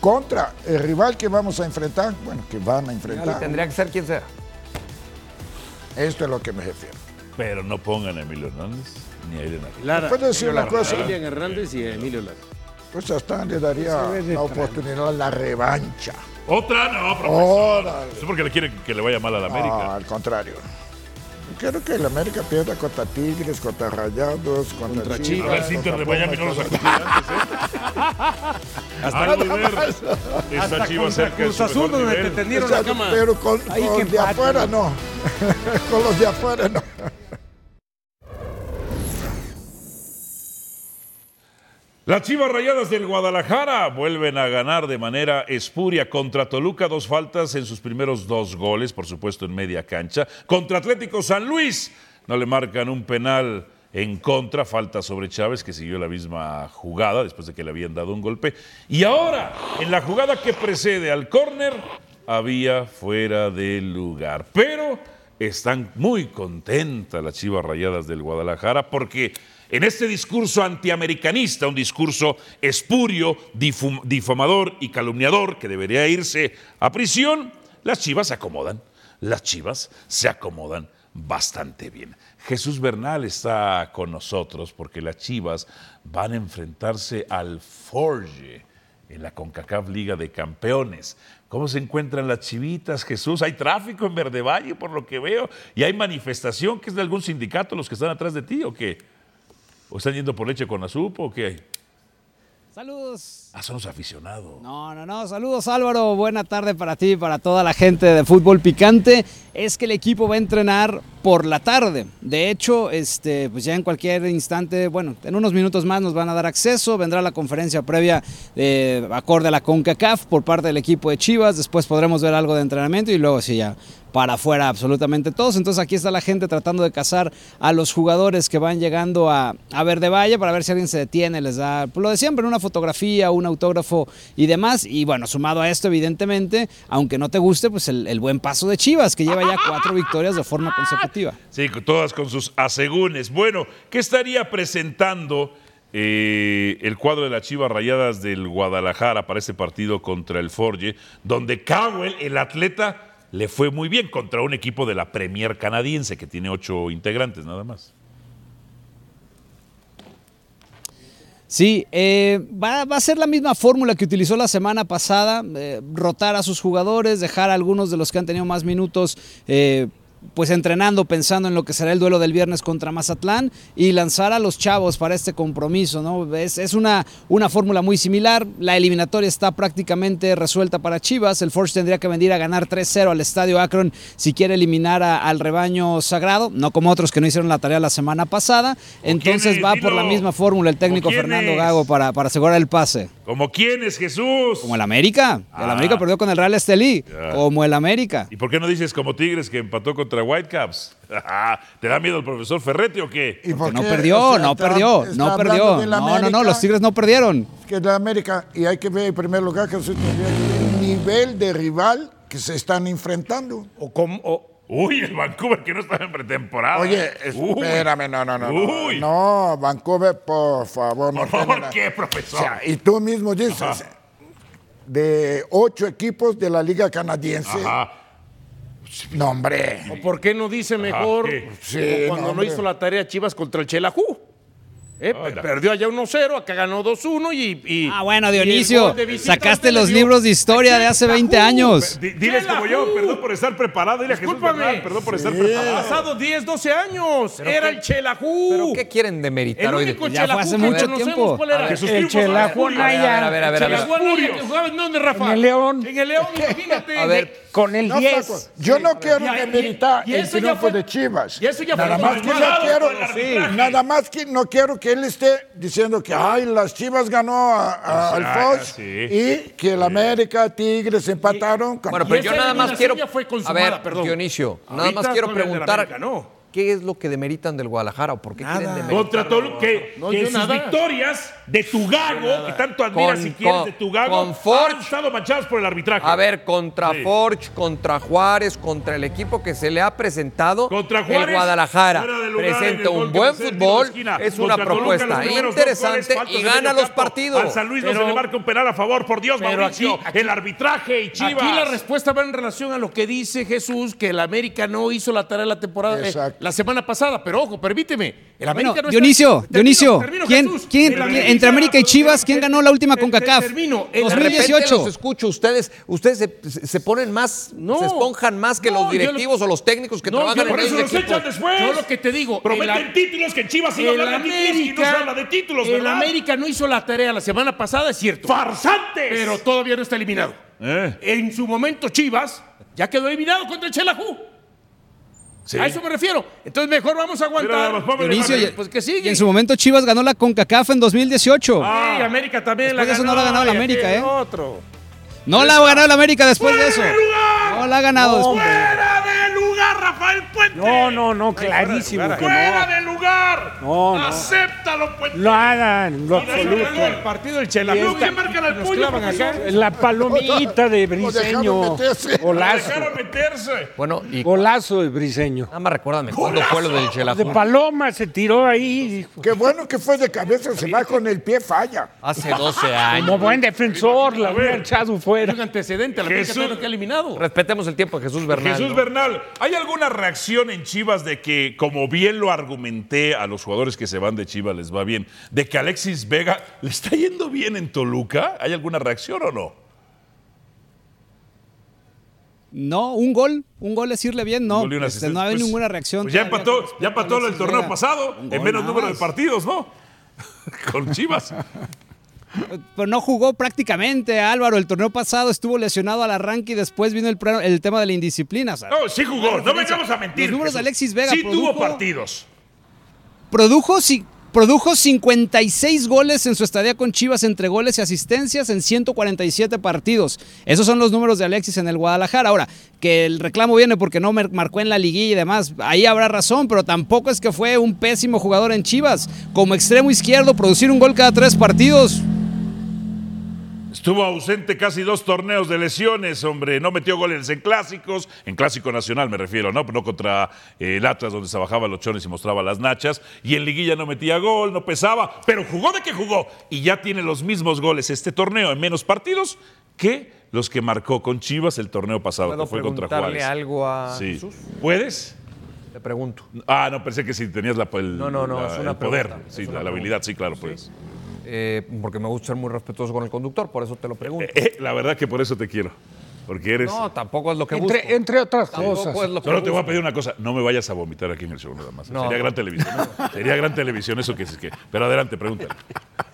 Speaker 3: contra el rival que vamos a enfrentar, bueno, que van a enfrentar,
Speaker 5: Tendría que ser quien sea.
Speaker 3: esto es lo que me refiero.
Speaker 2: Pero no pongan a Emilio Hernández ni a Elena Lara.
Speaker 6: Lara,
Speaker 3: ¿Puedo decir una cosa?
Speaker 6: William Hernández y Emilio Lara.
Speaker 3: Pues hasta le daría la oportunidad a la revancha.
Speaker 2: Otra no, profesor.
Speaker 3: Órale.
Speaker 2: Es porque le quiere que le vaya mal a la América.
Speaker 3: Ah, al contrario. Quiero que el América pierda contra Tigres, contra Rayados, contra,
Speaker 6: Contra
Speaker 3: Chivas.
Speaker 2: A ver si Inter de Miami no lo sacó antes, ¿eh? Algo de ver.
Speaker 3: <laughs>
Speaker 2: Está
Speaker 8: Hasta
Speaker 2: Chivas
Speaker 8: contra
Speaker 2: cerca de
Speaker 8: Cruz
Speaker 2: su
Speaker 8: Azul
Speaker 2: mejor
Speaker 8: donde te
Speaker 2: nivel.
Speaker 8: tendieron
Speaker 3: Exacto,
Speaker 8: la cama.
Speaker 3: Pero con,
Speaker 4: Ahí
Speaker 3: con
Speaker 4: que
Speaker 3: los de
Speaker 4: empate,
Speaker 3: afuera no. <laughs> con los de afuera no.
Speaker 2: Las Chivas Rayadas del Guadalajara vuelven a ganar de manera espuria contra Toluca, dos faltas en sus primeros dos goles, por supuesto en media cancha. Contra Atlético San Luis no le marcan un penal en contra, falta sobre Chávez que siguió la misma jugada después de que le habían dado un golpe. Y ahora, en la jugada que precede al córner, había fuera de lugar. Pero están muy contentas las Chivas Rayadas del Guadalajara porque en este discurso antiamericanista, un discurso espurio, difum- difamador y calumniador que debería irse a prisión, las Chivas se acomodan. Las Chivas se acomodan bastante bien. Jesús Bernal está con nosotros porque las Chivas van a enfrentarse al Forge en la CONCACAF Liga de Campeones. ¿Cómo se encuentran las chivitas, Jesús? Hay tráfico en Verde Valle, por lo que veo, y hay manifestación que es de algún sindicato los que están atrás de ti, ¿o qué? ¿O están yendo por leche con azupo, o qué hay?
Speaker 9: Saludos.
Speaker 2: Ah, son los aficionados.
Speaker 9: No, no, no. Saludos Álvaro. Buena tarde para ti y para toda la gente de Fútbol Picante. Es que el equipo va a entrenar por la tarde. De hecho, este, pues ya en cualquier instante, bueno, en unos minutos más nos van a dar acceso. Vendrá la conferencia previa eh, acorde a la CONCACAF por parte del equipo de Chivas. Después podremos ver algo de entrenamiento y luego sí ya para afuera absolutamente todos. Entonces aquí está la gente tratando de cazar a los jugadores que van llegando a, a Verde Valle para ver si alguien se detiene, les da pues, lo de siempre, una fotografía, un autógrafo y demás. Y bueno, sumado a esto, evidentemente, aunque no te guste, pues el, el buen paso de Chivas, que lleva ya cuatro victorias de forma consecutiva.
Speaker 2: Sí, con- todas con sus asegúnes. Bueno, ¿qué estaría presentando eh, el cuadro de las Chivas Rayadas del Guadalajara para este partido contra el Forge, donde Cowell, el atleta, le fue muy bien contra un equipo de la Premier canadiense que tiene ocho integrantes nada más?
Speaker 9: Sí, eh, va, va a ser la misma fórmula que utilizó la semana pasada, eh, rotar a sus jugadores, dejar a algunos de los que han tenido más minutos. eh, pues entrenando, pensando en lo que será el duelo del viernes contra Mazatlán y lanzar a los chavos para este compromiso, ¿no? Es, es una, una fórmula muy similar, la eliminatoria está prácticamente resuelta para Chivas, el Forge tendría que venir a ganar 3-0 al Estadio Akron si quiere eliminar a- al rebaño sagrado, no como otros que no hicieron la tarea la semana pasada, entonces
Speaker 2: quiénes?
Speaker 9: va por la
Speaker 2: Dilo.
Speaker 9: misma fórmula el técnico técnico
Speaker 2: ¿Con quién
Speaker 9: Fernando
Speaker 2: es?
Speaker 9: Gago para, para asegurar el pase.
Speaker 2: ¿Como quién es Jesús?
Speaker 9: Como el América. El
Speaker 2: Ah.
Speaker 9: América perdió con el Real Estelí. Como el América.
Speaker 2: ¿Y por qué no dices como Tigres que empató contra Whitecaps? <laughs> ¿Te da miedo el profesor Ferrete o qué?
Speaker 3: ¿Y por
Speaker 9: Porque no
Speaker 3: qué?
Speaker 9: perdió,
Speaker 3: O sea,
Speaker 9: no
Speaker 3: está-
Speaker 9: perdió,
Speaker 3: está
Speaker 9: no
Speaker 3: hablando
Speaker 9: perdió.
Speaker 3: de la
Speaker 9: No, no, no,
Speaker 3: América,
Speaker 9: los Tigres no perdieron.
Speaker 3: Que es la América, y hay que ver en primer lugar que es el nivel de rival que se están enfrentando.
Speaker 6: O como, o-
Speaker 2: Uy, el Vancouver que no estaba en pretemporada.
Speaker 3: Oye,
Speaker 2: Uy.
Speaker 3: espérame, no, no, no. no.
Speaker 2: Uy.
Speaker 3: No, Vancouver, por favor,
Speaker 2: <laughs>
Speaker 3: no. tiene
Speaker 2: ¿Por
Speaker 3: nada.
Speaker 2: qué,
Speaker 3: O
Speaker 2: profesor?
Speaker 3: sea, y tú mismo dices, de ocho equipos de la Liga Canadiense.
Speaker 2: Ajá.
Speaker 3: No, hombre.
Speaker 6: o ¿por qué no dice mejor
Speaker 2: ¿qué?
Speaker 3: Sí,
Speaker 6: como cuando
Speaker 3: no,
Speaker 6: no,
Speaker 3: hombre.
Speaker 6: hizo la tarea Chivas contra el Chelajú? Eh, pe-
Speaker 2: Hola.
Speaker 6: perdió allá 1-0, acá ganó 2-1 y, y-
Speaker 9: Ah, bueno,
Speaker 6: y el
Speaker 9: Dionisio.
Speaker 6: gol de visitante
Speaker 9: Sacaste
Speaker 6: le
Speaker 9: los
Speaker 6: dio- Uh,
Speaker 9: libros de historia de hace 20 años.
Speaker 2: Di- Diles como yo, perdón por estar preparado. Dile a Jesús
Speaker 6: Discúlpame.
Speaker 2: Bernal, perdón por estar preparado.
Speaker 6: Pasado 10, 12 años, era el Chelajú.
Speaker 5: ¿Pero qué quieren demeritar
Speaker 6: El
Speaker 5: hoy de
Speaker 6: único
Speaker 5: ti?
Speaker 9: Ya fue
Speaker 6: Chelajú
Speaker 9: hace
Speaker 6: que
Speaker 9: mucho
Speaker 6: conocemos,
Speaker 9: tiempo.
Speaker 6: ¿cuál era?
Speaker 2: A Jesús
Speaker 4: el
Speaker 2: Ah, triunfos, a ver,
Speaker 4: Chelajú
Speaker 2: Julio.
Speaker 5: A ver, a ver, a ver, a ver.
Speaker 6: Chelajú Anaya, que jugaba ¿En dónde, Rafa?
Speaker 4: En el León.
Speaker 6: En el León, imagínate.
Speaker 5: A ver.
Speaker 4: Con el
Speaker 3: No,
Speaker 4: 10.
Speaker 3: Paco, yo no quiero
Speaker 6: Este, Y ahí-
Speaker 3: demeritar
Speaker 6: y- y
Speaker 3: el
Speaker 6: eso ya
Speaker 3: triunfo
Speaker 6: fue-
Speaker 3: de Chivas.
Speaker 6: y eso ya fue
Speaker 3: nada más que no
Speaker 6: colmado
Speaker 3: quiero,
Speaker 2: con el
Speaker 3: sí,
Speaker 2: arbitraje.
Speaker 3: nada más que no quiero que él esté diciendo que ay las Chivas ganó a- a-
Speaker 2: O
Speaker 3: al
Speaker 2: sea,
Speaker 3: Fox
Speaker 2: sí.
Speaker 3: y que el América Tigres empataron. con-
Speaker 5: Bueno, pero
Speaker 6: Y
Speaker 5: yo
Speaker 6: esa
Speaker 5: nada más
Speaker 6: eliminación
Speaker 5: quiero.
Speaker 6: ya fue
Speaker 5: a
Speaker 6: consumada,
Speaker 5: ver,
Speaker 6: perdón.
Speaker 5: Dionisio, nada
Speaker 6: Ahorita
Speaker 5: más quiero
Speaker 6: con el de la
Speaker 5: preguntar.
Speaker 6: América, no.
Speaker 5: ¿Qué es lo que demeritan del Guadalajara o por qué quieren demeritar?
Speaker 2: Contra Toluca, que,
Speaker 6: No,
Speaker 2: que
Speaker 6: yo
Speaker 2: sus
Speaker 6: nada.
Speaker 2: victorias de tu gago, que tanto admiras
Speaker 5: Con-
Speaker 2: y quieres
Speaker 5: con-
Speaker 2: de tu gago,
Speaker 5: con Forge.
Speaker 2: han estado manchadas por el arbitraje.
Speaker 5: A ver, contra
Speaker 2: Sí.
Speaker 5: Forge, contra Juárez, contra el equipo que se le ha presentado,
Speaker 2: Contra
Speaker 5: el
Speaker 2: Juárez,
Speaker 5: Guadalajara
Speaker 2: fuera de lugar en el
Speaker 5: presenta
Speaker 2: gol
Speaker 5: un
Speaker 2: que
Speaker 5: buen
Speaker 2: hace el tiro de
Speaker 5: fútbol,
Speaker 2: esquina.
Speaker 5: es
Speaker 2: Contra
Speaker 5: una
Speaker 2: Toluca, los
Speaker 5: propuesta
Speaker 2: primeros dos
Speaker 5: interesante
Speaker 2: goles,
Speaker 5: y
Speaker 2: faltas en
Speaker 5: gana
Speaker 2: medio
Speaker 5: los
Speaker 2: campo. Al
Speaker 5: partidos.
Speaker 2: San Luis no
Speaker 6: Pero-
Speaker 2: se le marca un penal a favor, por Dios,
Speaker 6: Pero
Speaker 2: Mauricio.
Speaker 6: aquí- aquí-
Speaker 2: el arbitraje y Chivas.
Speaker 6: Aquí la respuesta va en relación a lo que dice Jesús, que el América no hizo la tarea de la temporada, eh,
Speaker 3: Exacto.
Speaker 6: la semana pasada, pero ojo, permíteme. El América
Speaker 9: Bueno,
Speaker 6: no está-
Speaker 9: Dionisio,
Speaker 6: Termino,
Speaker 9: Dionisio,
Speaker 6: termino,
Speaker 9: ¿quién,
Speaker 6: Jesús.
Speaker 9: quién-
Speaker 6: El
Speaker 9: quién- entre América y Chivas, ¿quién ganó la última
Speaker 6: Te-
Speaker 9: con
Speaker 6: te-
Speaker 9: CACAF?
Speaker 6: termino. El-
Speaker 5: De repente
Speaker 9: 2018.
Speaker 5: los escucho ustedes, ustedes se, se ponen más,
Speaker 6: No.
Speaker 5: se esponjan más que
Speaker 6: No, yo
Speaker 5: los
Speaker 6: lo-
Speaker 5: directivos o los técnicos que trabajan
Speaker 6: yo-
Speaker 5: en
Speaker 6: por
Speaker 5: esos
Speaker 6: eso los
Speaker 5: equipos.
Speaker 6: echan después. Yo lo que te digo, el-
Speaker 2: Prometen títulos que en Chivas iba a
Speaker 6: el
Speaker 2: hablar de títulos y no se habla de títulos,
Speaker 6: el
Speaker 2: ¿verdad?
Speaker 6: América no hizo la tarea la semana pasada, es cierto.
Speaker 2: ¡Farsantes!
Speaker 6: Pero todavía no está eliminado.
Speaker 2: ¿Eh?
Speaker 6: En su momento, Chivas ya quedó eliminado contra el Chelajú.
Speaker 2: Sí.
Speaker 6: A eso me refiero. Entonces, mejor vamos a
Speaker 2: Mira nada
Speaker 6: aguantar.
Speaker 2: más, Pablo
Speaker 9: Dionisio,
Speaker 2: Hernández.
Speaker 9: y-
Speaker 6: pues que sigue. Ah,
Speaker 9: y en su momento Chivas ganó la CONCACAF en 2018.
Speaker 6: Sí, América también
Speaker 9: Después de eso no la ha ganado la
Speaker 6: y
Speaker 9: América,
Speaker 6: aquel
Speaker 9: ¿eh?
Speaker 6: Otro. pues
Speaker 9: No la ha ganado la América después de eso. No la ha ganado después.
Speaker 2: ¡Fuera de lugar, Rafael Puente!
Speaker 4: <laughs> No, no, no, clarísimo que
Speaker 2: ¡Fuera
Speaker 4: no.
Speaker 2: de lugar!
Speaker 4: No, no.
Speaker 2: ¡Acéptalo, pues. Puente!
Speaker 4: Lo hagan, lo
Speaker 2: el
Speaker 4: absoluto.
Speaker 2: partido del Chela.
Speaker 4: Y esta-
Speaker 2: ¿Quién marca el
Speaker 4: nos
Speaker 2: puño,
Speaker 4: clavan acá.
Speaker 2: profesor?
Speaker 4: La palomita
Speaker 2: <laughs>
Speaker 3: <laughs>
Speaker 4: de
Speaker 3: Lo dejaron
Speaker 4: Briseño.
Speaker 3: meterse.
Speaker 4: Golazo.
Speaker 2: Dejaron meterse.
Speaker 5: Bueno, y
Speaker 4: Golazo de Briseño.
Speaker 5: nada más recuérdame cuándo fue lo del
Speaker 4: De
Speaker 5: Chelajú.
Speaker 4: paloma se tiró ahí.
Speaker 3: Qué bueno que fue de cabeza, se va con el pie falla.
Speaker 5: Hace
Speaker 6: <laughs>
Speaker 5: 12 años.
Speaker 4: Como buen defensor, la hubiera echado
Speaker 6: Es
Speaker 4: fuera.
Speaker 6: un antecedente. La América
Speaker 2: Jesús.
Speaker 6: todavía no queda eliminado.
Speaker 5: Respetemos el tiempo de Jesús Bernal.
Speaker 2: Jesús
Speaker 5: ¿no?
Speaker 2: Bernal, ¿hay alguna reacción en Chivas de que, como bien lo argumenté a los jugadores que se van de Chivas, les va bien? ¿De que Alexis Vega le está yendo bien en Toluca? ¿Hay alguna reacción o no?
Speaker 9: No, un gol. Un gol es irle bien, no.
Speaker 2: Gol y una
Speaker 9: Este,
Speaker 2: asistencia.
Speaker 9: no ha habido
Speaker 2: Pues-
Speaker 9: ninguna reacción.
Speaker 2: pues ya
Speaker 9: todavía
Speaker 2: empató,
Speaker 9: con respecto
Speaker 2: ya
Speaker 9: a
Speaker 2: empató el
Speaker 9: Alexis
Speaker 2: torneo
Speaker 9: Vega.
Speaker 2: pasado
Speaker 9: Un
Speaker 2: en
Speaker 9: gol
Speaker 2: menos
Speaker 9: nada
Speaker 2: número de
Speaker 9: más.
Speaker 2: partidos, ¿no? <laughs> Con Chivas.
Speaker 9: Pero no jugó prácticamente Álvaro. El torneo pasado estuvo lesionado al arranque y después vino el, pro- el tema de la indisciplina. o sea,
Speaker 2: No, sí jugó, no vengamos a mentir.
Speaker 9: Los números de
Speaker 2: Jesús.
Speaker 9: Alexis Vega
Speaker 2: Sí tuvo
Speaker 9: produjo-
Speaker 2: partidos.
Speaker 9: Produjo, ci- produjo 56 goles en su estadía con Chivas entre goles y asistencias en 147 partidos. Esos son los números de Alexis en el Guadalajara. Ahora, que el reclamo viene porque no mer- marcó en la liguilla y demás, ahí habrá razón, pero tampoco es que fue un pésimo jugador en Chivas. Como extremo izquierdo, producir un gol cada tres partidos.
Speaker 2: Estuvo ausente casi dos torneos de lesiones, hombre. No metió goles en clásicos, en clásico nacional me refiero, ¿no? No contra eh, el Atlas, donde se bajaba los chones y mostraba las nachas. Y en liguilla no metía gol, no pesaba, pero jugó de que jugó. Y ya tiene los mismos goles este torneo en menos partidos que los que marcó con Chivas el torneo pasado,
Speaker 5: ¿Puedo
Speaker 2: que fue contra
Speaker 5: preguntarle
Speaker 2: Juárez.
Speaker 5: algo a
Speaker 2: Sí.
Speaker 5: Jesús?
Speaker 2: ¿Puedes?
Speaker 5: Te pregunto.
Speaker 2: Ah, no, pensé que si tenías la, el,
Speaker 5: No, no, no,
Speaker 2: la-
Speaker 5: es una
Speaker 2: el poder,
Speaker 5: pregunta,
Speaker 2: sí,
Speaker 5: es una
Speaker 2: la, la habilidad, sí, claro, pues.
Speaker 5: Eh, porque me gusta ser muy respetuoso con el conductor, por eso te lo pregunto.
Speaker 2: Eh, la verdad que por eso te quiero, porque eres...
Speaker 5: No, tampoco es lo que busco.
Speaker 4: Entre, entre otras cosas.
Speaker 5: Tampoco es lo que
Speaker 2: Solo te voy a
Speaker 5: busco.
Speaker 2: pedir una cosa, no me vayas a vomitar aquí en el show nada más.
Speaker 5: No.
Speaker 2: Sería gran televisión. ¿no? Sería gran televisión eso que es que. Pero adelante, pregúntale.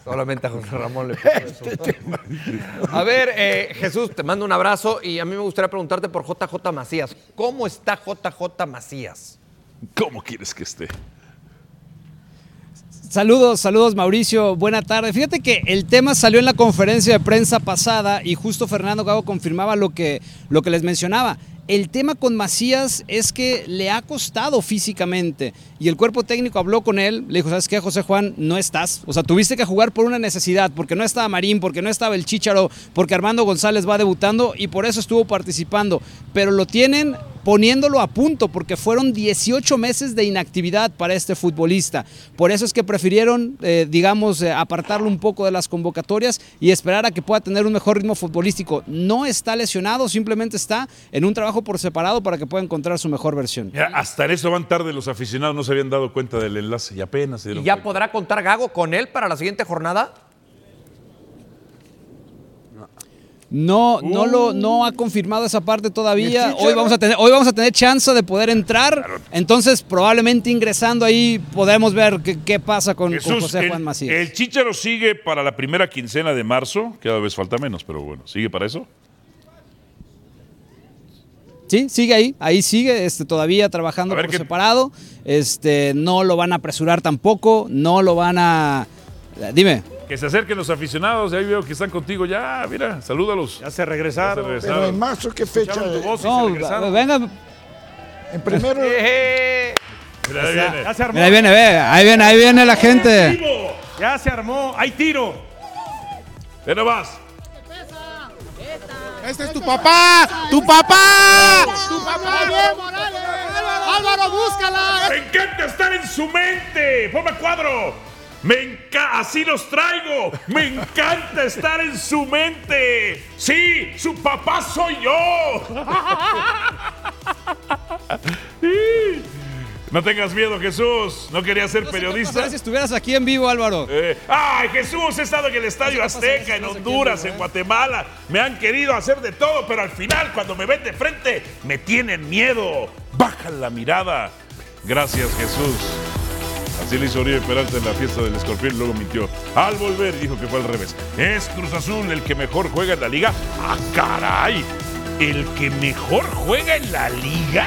Speaker 5: Solamente a José
Speaker 4: <laughs>
Speaker 5: Ramón le pasó
Speaker 4: Este
Speaker 5: eso. A ver, eh, Jesús, te mando un abrazo y a mí me gustaría preguntarte por JJ Macías. ¿Cómo está JJ Macías?
Speaker 2: ¿Cómo quieres que esté?
Speaker 9: Saludos, saludos Mauricio, buena tarde. Fíjate que el tema salió en la conferencia de prensa pasada y justo Fernando Gago confirmaba lo que, lo que les mencionaba. El tema con Macías es que le ha costado físicamente y el cuerpo técnico habló con él, le dijo, ¿sabes qué, José Juan? No estás. O sea, tuviste que jugar por una necesidad, porque no estaba Marín, porque no estaba el Chícharo, porque Armando González va debutando y por eso estuvo participando. Pero lo tienen poniéndolo a punto, porque fueron 18 meses de inactividad para este futbolista. Por eso es que prefirieron, eh, digamos, eh, apartarlo un poco de las convocatorias y esperar a que pueda tener un mejor ritmo futbolístico. No está lesionado, simplemente está en un trabajo por separado para que pueda encontrar su mejor versión.
Speaker 2: Mira, hasta en eso van tarde los aficionados, no se habían dado cuenta del enlace y apenas se
Speaker 5: ¿Y
Speaker 2: dieron
Speaker 5: ya
Speaker 2: cuenta.
Speaker 5: podrá contar Gago con él para la siguiente jornada?
Speaker 9: No, no lo,
Speaker 2: Uh.
Speaker 9: no ha confirmado esa parte todavía. Hoy vamos a tener, hoy vamos a tener chance de poder entrar. Entonces, probablemente ingresando ahí podemos ver qué, qué pasa con, con
Speaker 2: Jesús,
Speaker 9: José
Speaker 2: el,
Speaker 9: Juan Macías.
Speaker 2: el Chícharo sigue para la primera quincena de marzo, cada vez falta menos, pero bueno, ¿sigue para eso?
Speaker 9: Sí, sigue ahí, ahí sigue, este, todavía trabajando
Speaker 2: A ver
Speaker 9: por
Speaker 2: qué-
Speaker 9: separado. Este, no lo van a apresurar tampoco, no lo van a. Dime.
Speaker 2: Que se acerquen los aficionados, ahí veo que están contigo ya, mira, salúdalos.
Speaker 8: Ya se regresaron.
Speaker 2: Ya se
Speaker 3: Pero en marzo, ¿qué fecha
Speaker 2: Escucharon tu
Speaker 3: es?
Speaker 2: voz y
Speaker 9: No,
Speaker 2: se regresaron.
Speaker 9: venga.
Speaker 3: En primero,
Speaker 4: pues,
Speaker 2: Mira, ahí viene.
Speaker 8: Ya se armó.
Speaker 9: Mira, ahí viene, ve, ahí viene, ahí viene la gente.
Speaker 8: Ya se armó. Hay tiro.
Speaker 2: Ve nomás.
Speaker 10: Este es tu papá, tu papá, tu papá. Álvaro, búscala.
Speaker 2: Me encanta estar en su mente. Ponme cuadro. Me enca- así los traigo. Me encanta estar en su mente. Sí, su papá
Speaker 10: <laughs>
Speaker 2: soy yo. Sí. <laughs> No tengas miedo, Jesús. No quería ser periodista.
Speaker 9: si estuvieras aquí en vivo, Álvaro.
Speaker 2: Eh, ¡Ay, Jesús! He estado en el Estadio Azteca, en Honduras,
Speaker 9: ¿eh?
Speaker 2: en Guatemala. Me han querido hacer de todo, pero al final, cuando me ven de frente, me tienen miedo. Bajan la mirada. Gracias, Jesús. Así le hizo Oribe Peralta en la fiesta del escorpión y luego mintió. Al volver dijo que fue al revés. Es Cruz Azul el que mejor juega en la liga. ¡Ah, caray! ¿El que mejor juega en la liga?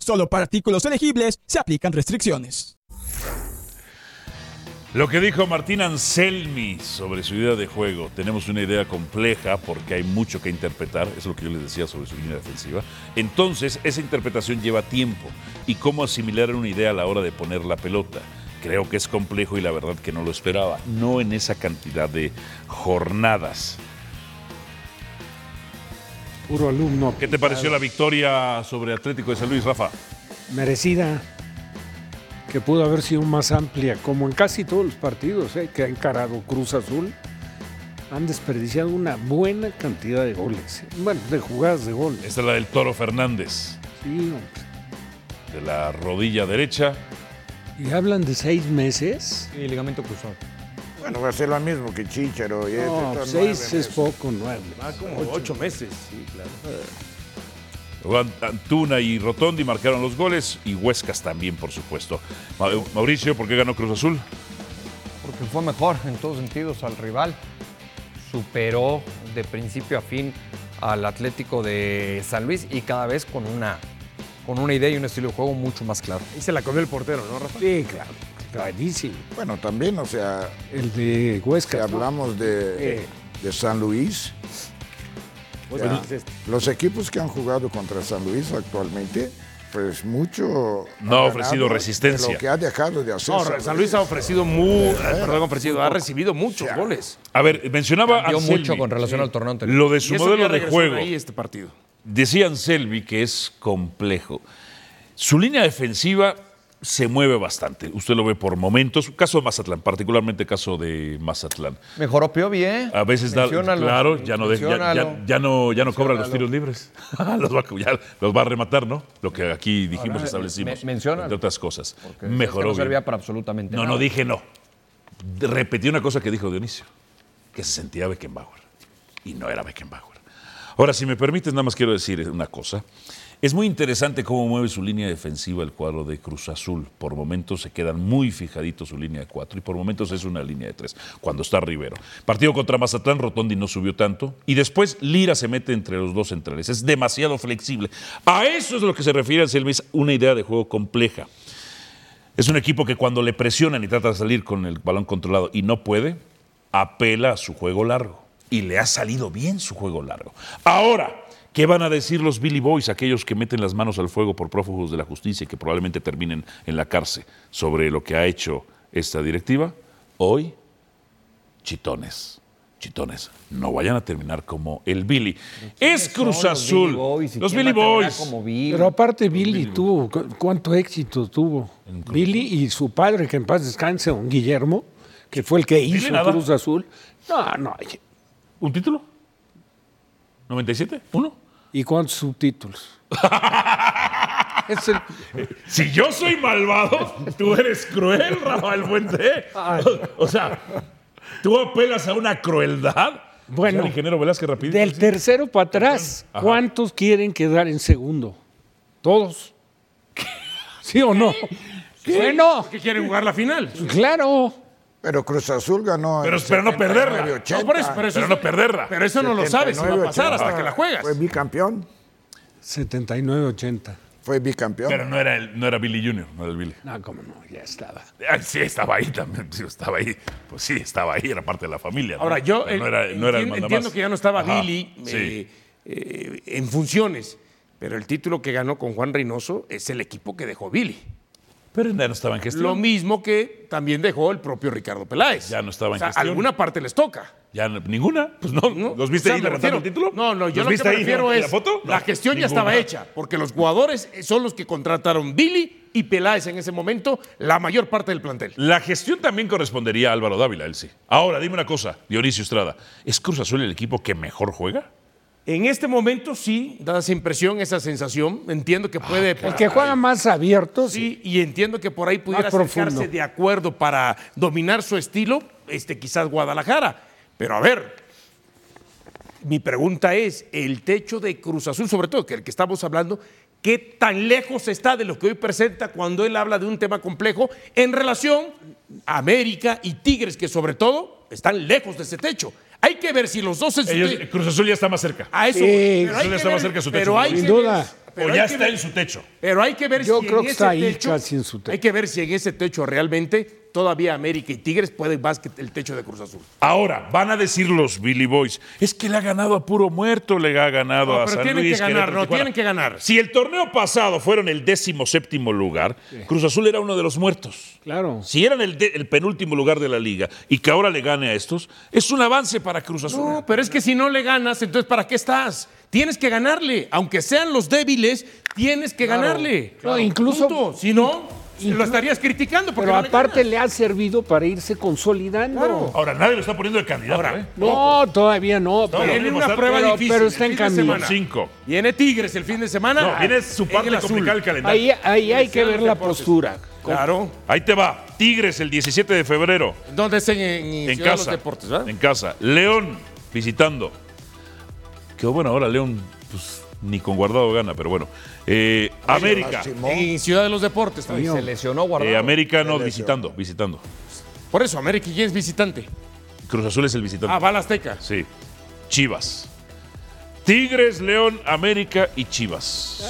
Speaker 11: Solo para artículos elegibles se aplican restricciones.
Speaker 2: Lo que dijo Martín Anselmi sobre su idea de juego, tenemos una idea compleja porque hay mucho que interpretar, es lo que yo les decía sobre su línea defensiva. Entonces, esa interpretación lleva tiempo y cómo asimilar una idea a la hora de poner la pelota. Creo que es complejo y la verdad que no lo esperaba, no en esa cantidad de jornadas.
Speaker 4: Puro alumno.
Speaker 2: ¿Qué te pareció la victoria sobre Atlético de San Luis, Rafa?
Speaker 4: Merecida. Que pudo haber sido más amplia, como en casi todos los partidos ¿eh? que ha encarado Cruz Azul. Han desperdiciado una buena cantidad de goles. ¿eh? Bueno, de jugadas de gol.
Speaker 2: Esta es la del Toro Fernández,
Speaker 4: Sí, hombre.
Speaker 2: de la rodilla derecha.
Speaker 4: Y hablan de seis meses.
Speaker 5: Y ligamento cruzado.
Speaker 3: Bueno, va a ser lo mismo que Chicharo. Y este,
Speaker 4: No,
Speaker 3: estos nueve
Speaker 4: seis es
Speaker 3: meses.
Speaker 4: poco, nueve.
Speaker 6: como ocho, meses. Sí, claro.
Speaker 2: Juan Antuna y Rotondi marcaron los goles y Huescas también, por supuesto. Ma- Mauricio, ¿por qué ganó Cruz Azul?
Speaker 5: Porque fue mejor en todos sentidos al rival. Superó de principio a fin al Atlético de San Luis y cada vez con una, con una idea y un estilo de juego mucho más claro.
Speaker 6: Y se la comió el portero, ¿no, Rafa?
Speaker 4: Sí, claro. Clarísimo.
Speaker 3: Bueno, también, o sea,
Speaker 4: El de
Speaker 3: si
Speaker 4: Huesca. ¿no?
Speaker 3: hablamos de,
Speaker 4: Eh.
Speaker 3: de San Luis, o
Speaker 2: Pues,
Speaker 3: sea, los equipos que han jugado contra San Luis actualmente, pues mucho...
Speaker 2: No
Speaker 3: han
Speaker 2: ha ofrecido
Speaker 3: ganado de
Speaker 2: resistencia.
Speaker 3: Lo que ha dejado de hacer.
Speaker 6: No, San Luis ha ofrecido muy, perdón, ha ofrecido, ha recibido muchos goles.
Speaker 2: A ver, mencionaba
Speaker 5: Dio
Speaker 2: Anselmi,
Speaker 5: mucho con relación al torneo anterior.
Speaker 2: lo de su
Speaker 6: Y eso
Speaker 2: modelo
Speaker 6: ya
Speaker 2: de
Speaker 6: regresó
Speaker 2: juego.
Speaker 6: Ahí este partido.
Speaker 2: Decía Anselmi que es complejo. Su línea defensiva se mueve bastante. Usted lo ve por momentos. Caso de Mazatlán, particularmente caso de Mazatlán.
Speaker 5: Mejoró Piovi, ¿eh?
Speaker 2: A veces da,
Speaker 5: Menciónalo.
Speaker 2: claro, ya no, de- ya, ya-
Speaker 5: Menciónalo.
Speaker 2: ya no, ya no cobra los tiros libres. <laughs> los, va, a- ya los va a rematar, ¿no? Lo que aquí dijimos,
Speaker 5: me-
Speaker 2: establecimos.
Speaker 5: me- menciónalo.
Speaker 2: Entre otras cosas.
Speaker 5: Porque
Speaker 2: Mejoró.
Speaker 5: no
Speaker 2: bien.
Speaker 5: servía para absolutamente
Speaker 2: No,
Speaker 5: nada.
Speaker 2: no dije no. De- Repetí una cosa que dijo Dionisio, que se sentía Beckenbauer. Y no era Beckenbauer. Ahora, si me permites, nada más quiero decir una cosa. Es muy interesante cómo mueve su línea defensiva el cuadro de Cruz Azul. Por momentos se quedan muy fijaditos su línea de cuatro y por momentos es una línea de tres, cuando está Rivero. Partido contra Mazatlán, Rotondi no subió tanto. Y después Lira se mete entre los dos centrales. Es demasiado flexible. A eso es lo que se refiere Anselmi, es una idea de juego compleja. Es un equipo que cuando le presionan y trata de salir con el balón controlado y no puede, apela a su juego largo. Y le ha salido bien su juego largo. Ahora, ¿qué van a decir los Billy Boys, aquellos que meten las manos al fuego por prófugos de la justicia y que probablemente terminen en la cárcel sobre lo que ha hecho esta directiva? Hoy, chitones. Chitones, no vayan a terminar como el Billy. Es Cruz
Speaker 5: Son
Speaker 2: Azul. Los Billy Boys.
Speaker 4: Pero aparte Billy tuvo, cu- ¿cuánto éxito tuvo? Billy y su padre, que en paz descanse, don Guillermo, que fue el que hizo
Speaker 2: nada.
Speaker 4: Cruz Azul. No, no. y-
Speaker 2: ¿Un título? ¿97? ¿Uno?
Speaker 4: ¿Y cuántos subtítulos? es el,
Speaker 2: Si yo soy malvado, tú eres cruel, Rafael Puente. O, o sea, tú apelas a una crueldad.
Speaker 4: Bueno,
Speaker 2: O sea, el ingeniero Velázquez rapidito.
Speaker 4: del
Speaker 2: sí.
Speaker 4: tercero para atrás,
Speaker 2: Ajá.
Speaker 4: ¿cuántos quieren quedar en segundo? ¿Todos? ¿Sí o no? ¿Qué? Bueno.
Speaker 6: Que quieren jugar la final.
Speaker 4: Claro.
Speaker 3: Pero Cruz Azul ganó.
Speaker 6: Pero
Speaker 3: en
Speaker 6: espero no perderla.
Speaker 3: 79,
Speaker 6: No, por eso, pero eso- Pero no perderla. pero eso no lo sabes si va a
Speaker 3: 79,
Speaker 6: pasar hasta que la juegas.
Speaker 3: Fue bicampeón.
Speaker 4: 79-80.
Speaker 3: Fue bicampeón.
Speaker 2: Pero no era, el, no era Billy Jr., no era el Billy.
Speaker 6: Ah,
Speaker 4: No, cómo no, ya estaba.
Speaker 2: Ay, sí, estaba ahí también. sí, estaba ahí. Pues sí, estaba ahí, era parte de la familia. ¿no?
Speaker 6: Ahora, yo
Speaker 2: Pero no
Speaker 6: eh,
Speaker 2: era, no era el
Speaker 6: entien-
Speaker 2: mandamás.
Speaker 6: entiendo que ya no estaba
Speaker 2: Ajá,
Speaker 6: Billy
Speaker 2: sí.
Speaker 6: eh, eh, en funciones, pero el título que ganó con Juan Reynoso es el equipo que dejó Billy.
Speaker 2: Pero ya no estaba en gestión.
Speaker 6: Lo mismo que también dejó el propio Ricardo Peláez. Ya no
Speaker 2: estaba en gestión.
Speaker 6: alguna parte les toca.
Speaker 2: Ya no- ninguna. Pues no. ¿Los
Speaker 6: O
Speaker 2: viste
Speaker 6: sea,
Speaker 2: ahí
Speaker 6: me
Speaker 2: levantando el
Speaker 6: refiero-
Speaker 2: título?
Speaker 6: No, no, yo
Speaker 2: ¿Los
Speaker 6: lo que
Speaker 2: viste
Speaker 6: me
Speaker 2: ahí,
Speaker 6: refiero
Speaker 2: no? ¿En
Speaker 6: es.
Speaker 2: la foto? No,
Speaker 6: gestión ya
Speaker 2: ninguna.
Speaker 6: estaba hecha, porque los jugadores son los que contrataron Billy y Peláez en ese momento, la mayor parte del plantel.
Speaker 2: La gestión también correspondería a Álvaro Dávila, él sí. Ahora, dime una cosa, Dionisio Estrada. ¿Es Cruz Azul el equipo que mejor juega?
Speaker 6: En este momento sí, Ah, da esa impresión, esa sensación. Entiendo que puede.
Speaker 4: Porque juega más abierto.
Speaker 6: Sí, y entiendo que por ahí pudiera
Speaker 4: profundo.
Speaker 6: acercarse de acuerdo para dominar su estilo, este, quizás Guadalajara. Pero a ver, mi pregunta es, el techo de Cruz Azul, sobre todo, que el que estamos hablando, ¿qué tan lejos está de lo que hoy presenta cuando él habla de un tema complejo en relación a América y Tigres, que sobre todo están lejos de ese techo? Hay que ver si los dos en su
Speaker 2: Ellos-
Speaker 6: te-
Speaker 2: Cruz Azul ya está más cerca.
Speaker 6: A eso,
Speaker 2: Sí,
Speaker 6: pero
Speaker 2: Cruz
Speaker 6: hay
Speaker 2: Azul
Speaker 6: que
Speaker 2: ya está más
Speaker 6: ver-
Speaker 2: cerca de su techo.
Speaker 6: pero hay que ver- pero
Speaker 2: o
Speaker 6: hay
Speaker 2: ya
Speaker 6: que
Speaker 2: está
Speaker 6: ver-
Speaker 2: en su techo.
Speaker 6: pero hay que ver
Speaker 4: Yo
Speaker 6: si
Speaker 4: creo
Speaker 6: en
Speaker 4: que
Speaker 6: ese
Speaker 4: está ahí,
Speaker 6: techo,
Speaker 4: casi en su techo.
Speaker 6: Hay que ver si en ese techo realmente todavía América y Tigres pueden más que el techo de Cruz Azul.
Speaker 2: Ahora, van a decir los Billy Boys, es que le ha ganado a puro muerto, le ha ganado
Speaker 6: No,
Speaker 2: a
Speaker 6: pero
Speaker 2: San
Speaker 6: tienen
Speaker 2: Luis,
Speaker 6: que ganar,
Speaker 2: Querétaro,
Speaker 6: no,
Speaker 2: Tijuana".
Speaker 6: tienen que ganar.
Speaker 2: Si el torneo pasado fueron el décimo séptimo lugar, Cruz Azul era uno de los muertos.
Speaker 4: Claro.
Speaker 2: Si eran el, de- el penúltimo lugar de la liga y que ahora le gane a estos, es un avance para Cruz Azul.
Speaker 6: No, pero es que si no le ganas, entonces ¿para qué estás? Tienes que ganarle, aunque sean los débiles, tienes que ganarle.
Speaker 4: No, incluso-
Speaker 6: Punto. si no, lo estarías criticando porque
Speaker 4: Pero
Speaker 6: no le
Speaker 4: aparte
Speaker 6: ganas.
Speaker 4: le ha servido para irse consolidando.
Speaker 2: Ahora, nadie lo está poniendo de candidato. ¿eh?
Speaker 4: No, todavía no. pero-
Speaker 6: Viene una
Speaker 2: pero-
Speaker 6: prueba
Speaker 4: pero-
Speaker 6: difícil.
Speaker 4: pero está
Speaker 6: el
Speaker 4: en
Speaker 6: fin de
Speaker 4: camino.
Speaker 6: semana.
Speaker 2: Cinco.
Speaker 6: Viene Tigres el fin de semana.
Speaker 2: No, viene su
Speaker 6: en
Speaker 2: parte
Speaker 6: el azul.
Speaker 2: complicada el calendario.
Speaker 4: Ahí, ahí hay que ver la
Speaker 6: Deportes.
Speaker 4: postura.
Speaker 6: Claro.
Speaker 2: Ahí te va. Tigres el 17 de febrero.
Speaker 6: ¿Dónde es en, en,
Speaker 2: En
Speaker 6: Ciudad de los
Speaker 2: casa.
Speaker 6: Deportes? ¿verdad?
Speaker 2: En casa. León visitando. Qué bueno, ahora León pues, ni con guardado gana, pero bueno. Eh, América.
Speaker 4: Ah,
Speaker 6: En Ciudad de los Deportes
Speaker 5: Y
Speaker 6: también.
Speaker 5: se lesionó
Speaker 2: Eh,
Speaker 5: Guardado.
Speaker 2: América no, visitando, visitando.
Speaker 6: Por eso, América y es visitante.
Speaker 2: Cruz Azul es el visitante.
Speaker 6: Ah, va al Azteca.
Speaker 2: Sí. Chivas. Tigres, León, América y Chivas.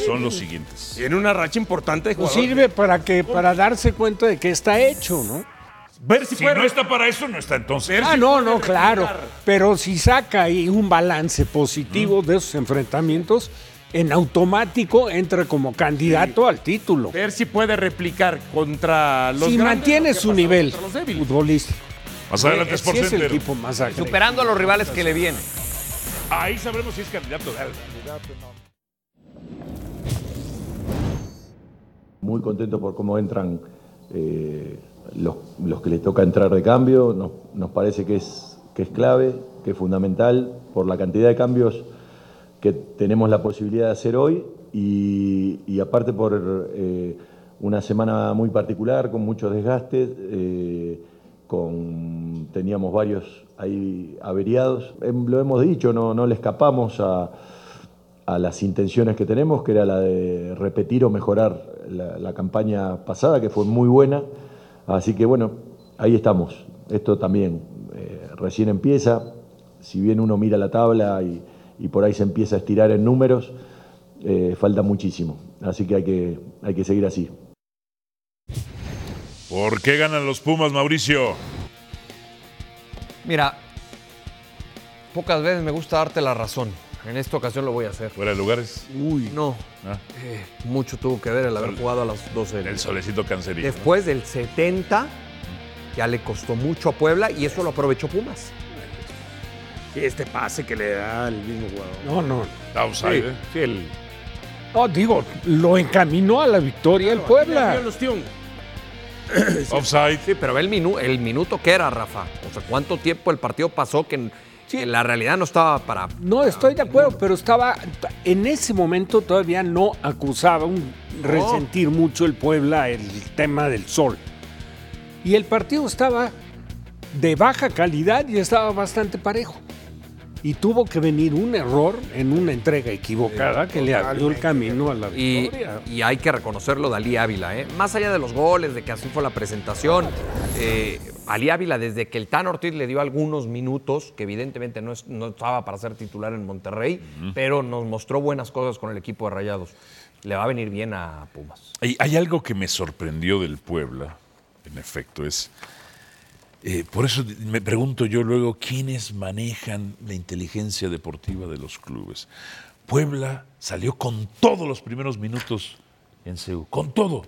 Speaker 2: Son los siguientes.
Speaker 6: Tiene una racha importante de
Speaker 4: Pues
Speaker 6: jugadores.
Speaker 4: sirve para que para darse cuenta de que está hecho, ¿no?
Speaker 6: Ver si,
Speaker 2: Si
Speaker 6: puede-
Speaker 2: no está para eso, no está entonces.
Speaker 4: Ah, no, no, claro. Pero si saca ahí un balance positivo de esos enfrentamientos, en automático entra como candidato al título.
Speaker 6: ver si puede replicar contra los
Speaker 4: si
Speaker 6: grandes
Speaker 4: mantiene
Speaker 6: lo que
Speaker 4: su
Speaker 6: pasó
Speaker 4: nivel
Speaker 6: contra los débiles.
Speaker 4: futbolístico.
Speaker 2: Más adelante
Speaker 4: Eh,
Speaker 2: es por
Speaker 4: sí es el
Speaker 2: Center.
Speaker 4: equipo más agresivo.
Speaker 5: Superando a los rivales que le vienen.
Speaker 2: Ahí sabremos si es candidato de algo.
Speaker 12: Muy contento por cómo entran eh, los, los que les toca entrar de cambio. Nos, nos parece que es, que es clave, que es fundamental por la cantidad de cambios que tenemos la posibilidad de hacer hoy y, y aparte por eh, una semana muy particular con muchos desgastes. eh, con, teníamos varios ahí averiados. Em, Lo hemos dicho, no, no le escapamos a, a las intenciones que tenemos, que era la de repetir o mejorar la, la campaña pasada, que fue muy buena. Así que bueno, ahí estamos. Esto también eh, recién empieza. Si bien uno mira la tabla y, y por ahí se empieza a estirar en números, eh, falta muchísimo. Así que hay que, hay que seguir así.
Speaker 2: ¿Por qué ganan los Pumas, Mauricio?
Speaker 5: Mira, pocas veces me gusta darte la razón. En esta ocasión lo voy a hacer.
Speaker 2: Fuera de lugares.
Speaker 5: No,
Speaker 2: Ah,
Speaker 5: eh, mucho tuvo que ver el haber jugado a las 12 del
Speaker 2: El solecito cancerígeno.
Speaker 5: Después del 70, ya le costó mucho a Puebla y eso lo aprovechó Pumas.
Speaker 6: Este pase que le da el mismo jugador.
Speaker 4: No, no.
Speaker 2: Outside, ¿eh?
Speaker 6: Sí, el.
Speaker 4: No, digo, lo encaminó a la victoria el
Speaker 6: Mira,
Speaker 4: Puebla.
Speaker 6: los tíos.
Speaker 2: <coughs> Offside.
Speaker 5: Sí, pero ve el, minu- el minuto que era, Rafa. O sea, ¿cuánto tiempo el partido pasó que, en- que la realidad no estaba para.
Speaker 4: No, estoy de acuerdo, pero estaba. En ese momento todavía no acusaba un resentir mucho el Puebla el tema del sol. Y el partido estaba de baja calidad y estaba bastante parejo. Y tuvo que venir un error en una entrega equivocada que le abrió el camino a la
Speaker 5: Y,
Speaker 4: victoria.
Speaker 5: y hay que reconocerlo de Ali Ávila, ¿eh? más allá de los goles, de que así fue la presentación. eh, Ali Ávila, desde que el Tan Ortiz le dio algunos minutos, que evidentemente no, es- no estaba para ser titular en Monterrey, pero nos mostró buenas cosas con el equipo de Rayados. Le va a venir bien a Pumas.
Speaker 2: Hay, hay algo que me sorprendió del Puebla, en efecto, es. eh, por eso me pregunto yo luego quiénes manejan la inteligencia deportiva de los clubes. Puebla salió con todos los primeros minutos en CEU, con todo.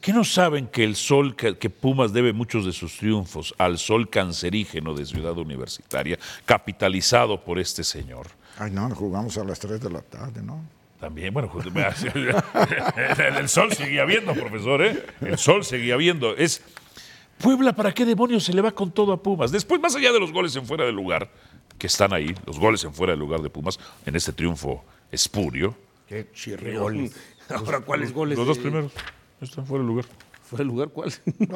Speaker 2: ¿Qué no saben que el sol, que, que Pumas debe muchos de sus triunfos al sol cancerígeno de Ciudad Universitaria, capitalizado por este señor?
Speaker 3: Ay, no, jugamos a las 3 de la tarde, ¿no?
Speaker 2: También, bueno, justo- <laughs>
Speaker 3: <laughs>
Speaker 2: el, el sol seguía viendo, profesor, ¿eh? El sol seguía viendo. Es Puebla, ¿para qué demonios se le va con todo a Pumas? Después, más allá de los goles en fuera de lugar, que están ahí, los goles en fuera de lugar de Pumas, en este triunfo espurio.
Speaker 6: Qué
Speaker 2: goles.
Speaker 6: <laughs> Ahora, ¿cuáles
Speaker 2: Los-
Speaker 6: goles?
Speaker 2: los dos
Speaker 6: de-
Speaker 2: primeros. Están fuera de lugar.
Speaker 6: ¿Fuera de lugar cuál?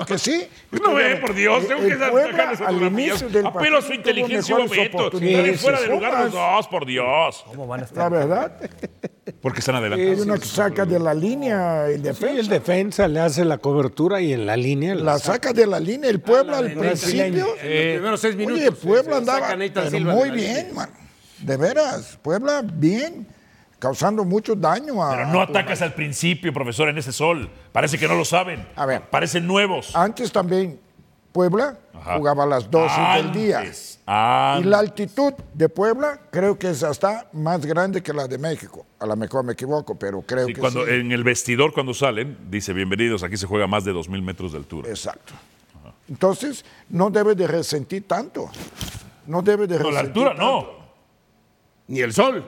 Speaker 3: que sí.
Speaker 2: <laughs> Pues No ve, por Dios, tengo que
Speaker 3: El Puebla,
Speaker 2: sacarles
Speaker 3: al inicio
Speaker 2: Apelo
Speaker 3: del
Speaker 2: a
Speaker 3: partido,
Speaker 2: su
Speaker 3: tuvo
Speaker 2: inteligencia un
Speaker 3: mejores
Speaker 2: momento. Están en
Speaker 3: oportunidades.
Speaker 2: fuera de lugar los
Speaker 3: Pumas.
Speaker 2: dos, por Dios.
Speaker 5: ¿Cómo van a
Speaker 3: La verdad,
Speaker 2: Porque están
Speaker 3: hay
Speaker 2: adelantados.
Speaker 3: uno que saca de la línea el
Speaker 4: Sí,
Speaker 3: defensa.
Speaker 4: el defensa le hace la cobertura y en la línea
Speaker 3: La saca de la línea el
Speaker 5: Ah,
Speaker 3: Puebla al principio.
Speaker 2: Eh,
Speaker 6: En los primeros seis minutos. pues,
Speaker 3: Oye, Puebla
Speaker 6: se saca
Speaker 3: andaba
Speaker 6: Nathan
Speaker 3: pero
Speaker 6: Silva de
Speaker 3: muy
Speaker 6: la
Speaker 3: bien,
Speaker 6: línea.
Speaker 3: mano. De veras, Puebla bien, causando mucho daño a.
Speaker 2: Pero no atacas al principio, profesor, en ese sol. Parece que no lo saben.
Speaker 3: A ver.
Speaker 2: Parecen nuevos.
Speaker 3: Antes también Puebla
Speaker 2: Ajá.
Speaker 3: jugaba a las 12 del día.
Speaker 2: Antes, antes.
Speaker 3: Y la altitud de Puebla creo que es hasta más grande que la de México. A lo mejor me equivoco, pero creo
Speaker 2: Sí,
Speaker 3: que
Speaker 2: cuando,
Speaker 3: sí.
Speaker 2: En el vestidor, cuando salen, dice: Bienvenidos, aquí se juega más de 2.000 metros de altura.
Speaker 3: Exacto. Entonces, no debe de resentir tanto. No debe de
Speaker 2: No,
Speaker 3: resentir.
Speaker 2: la altura
Speaker 3: tanto.
Speaker 2: no.
Speaker 6: Ni el sol.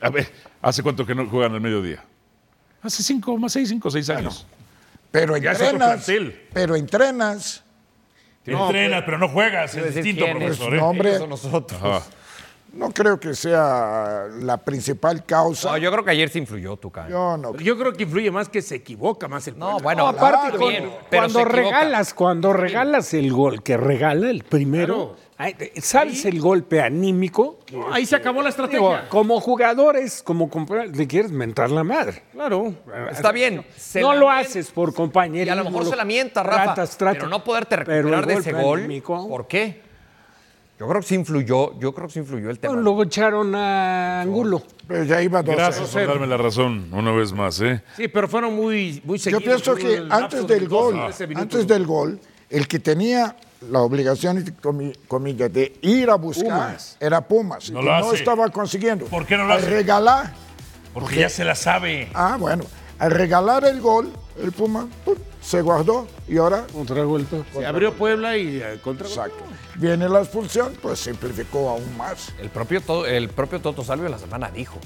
Speaker 2: A ver, ¿hace cuánto que no juegan al mediodía? Hace 5, más 6, 5, 6 años.
Speaker 3: Pero
Speaker 2: Ya es otro
Speaker 3: entrenas.
Speaker 2: plantel.
Speaker 3: Pero entrenas.
Speaker 2: Entrenas, pero, no juegas. Es
Speaker 5: decir,
Speaker 2: distinto,
Speaker 5: ¿quién es?
Speaker 2: profesor.
Speaker 3: Pues,
Speaker 2: ¿eh?
Speaker 3: no, hombre.
Speaker 5: Ellos son nosotros.
Speaker 2: Ajá.
Speaker 3: No creo que sea la principal causa.
Speaker 5: No, yo creo que ayer se influyó Tuca. ¿eh?
Speaker 3: Yo no.
Speaker 6: Yo creo que influye más que se equivoca más el
Speaker 5: No,
Speaker 6: Puebla.
Speaker 5: bueno,
Speaker 4: Aparte,
Speaker 5: claro,
Speaker 4: con-
Speaker 5: bien, pero se
Speaker 4: cuando
Speaker 5: equivoca.
Speaker 4: regalas, cuando regalas el gol que regala el primero, ay, sabes el golpe anímico.
Speaker 6: No, ahí se acabó la
Speaker 4: Digo,
Speaker 6: estrategia.
Speaker 4: como jugadores, como compra- le quieres mentar la madre.
Speaker 6: Claro.
Speaker 5: Está bien. se
Speaker 4: no
Speaker 5: la
Speaker 4: lo
Speaker 5: men-
Speaker 4: haces por compañerismo.
Speaker 5: Y a lo mejor se la mienta, Rafa.
Speaker 4: tratas, tratas.
Speaker 5: Pero no poderte
Speaker 4: Pero el
Speaker 5: recuperar de ese
Speaker 4: golpe
Speaker 5: gol.
Speaker 4: anímico-
Speaker 5: ¿Por qué? Yo creo que se influyó, yo creo que se influyó el tema.
Speaker 4: Bueno, luego echaron a Angulo.
Speaker 3: Pero ya iba 12.
Speaker 2: Gracias por darme la razón una vez más. ¿eh?
Speaker 6: Sí, pero fueron muy, muy
Speaker 3: Yo
Speaker 6: seguidos.
Speaker 3: pienso
Speaker 6: muy
Speaker 3: que
Speaker 6: lapsos
Speaker 3: antes
Speaker 6: de
Speaker 3: del gol,
Speaker 6: 12, 13 minutos.
Speaker 3: antes del gol, el que tenía la obligación, entre comi- comillas, de ir a buscar
Speaker 4: Pumas.
Speaker 3: era Pumas. y
Speaker 2: No
Speaker 3: que
Speaker 2: lo hace.
Speaker 3: estaba consiguiendo.
Speaker 2: ¿Por qué no lo
Speaker 3: Al
Speaker 2: hace?
Speaker 3: regalar,
Speaker 2: Porque ya se la sabe.
Speaker 3: ah, bueno, al regalar el gol, el Puma pum, se guardó y ahora,
Speaker 4: Contragolpe.
Speaker 6: Se abrió Puebla y eh, contra.
Speaker 3: exacto, viene la expulsión, pues simplificó aún más.
Speaker 5: El propio, To- el propio Toto Salvio en la semana dijo,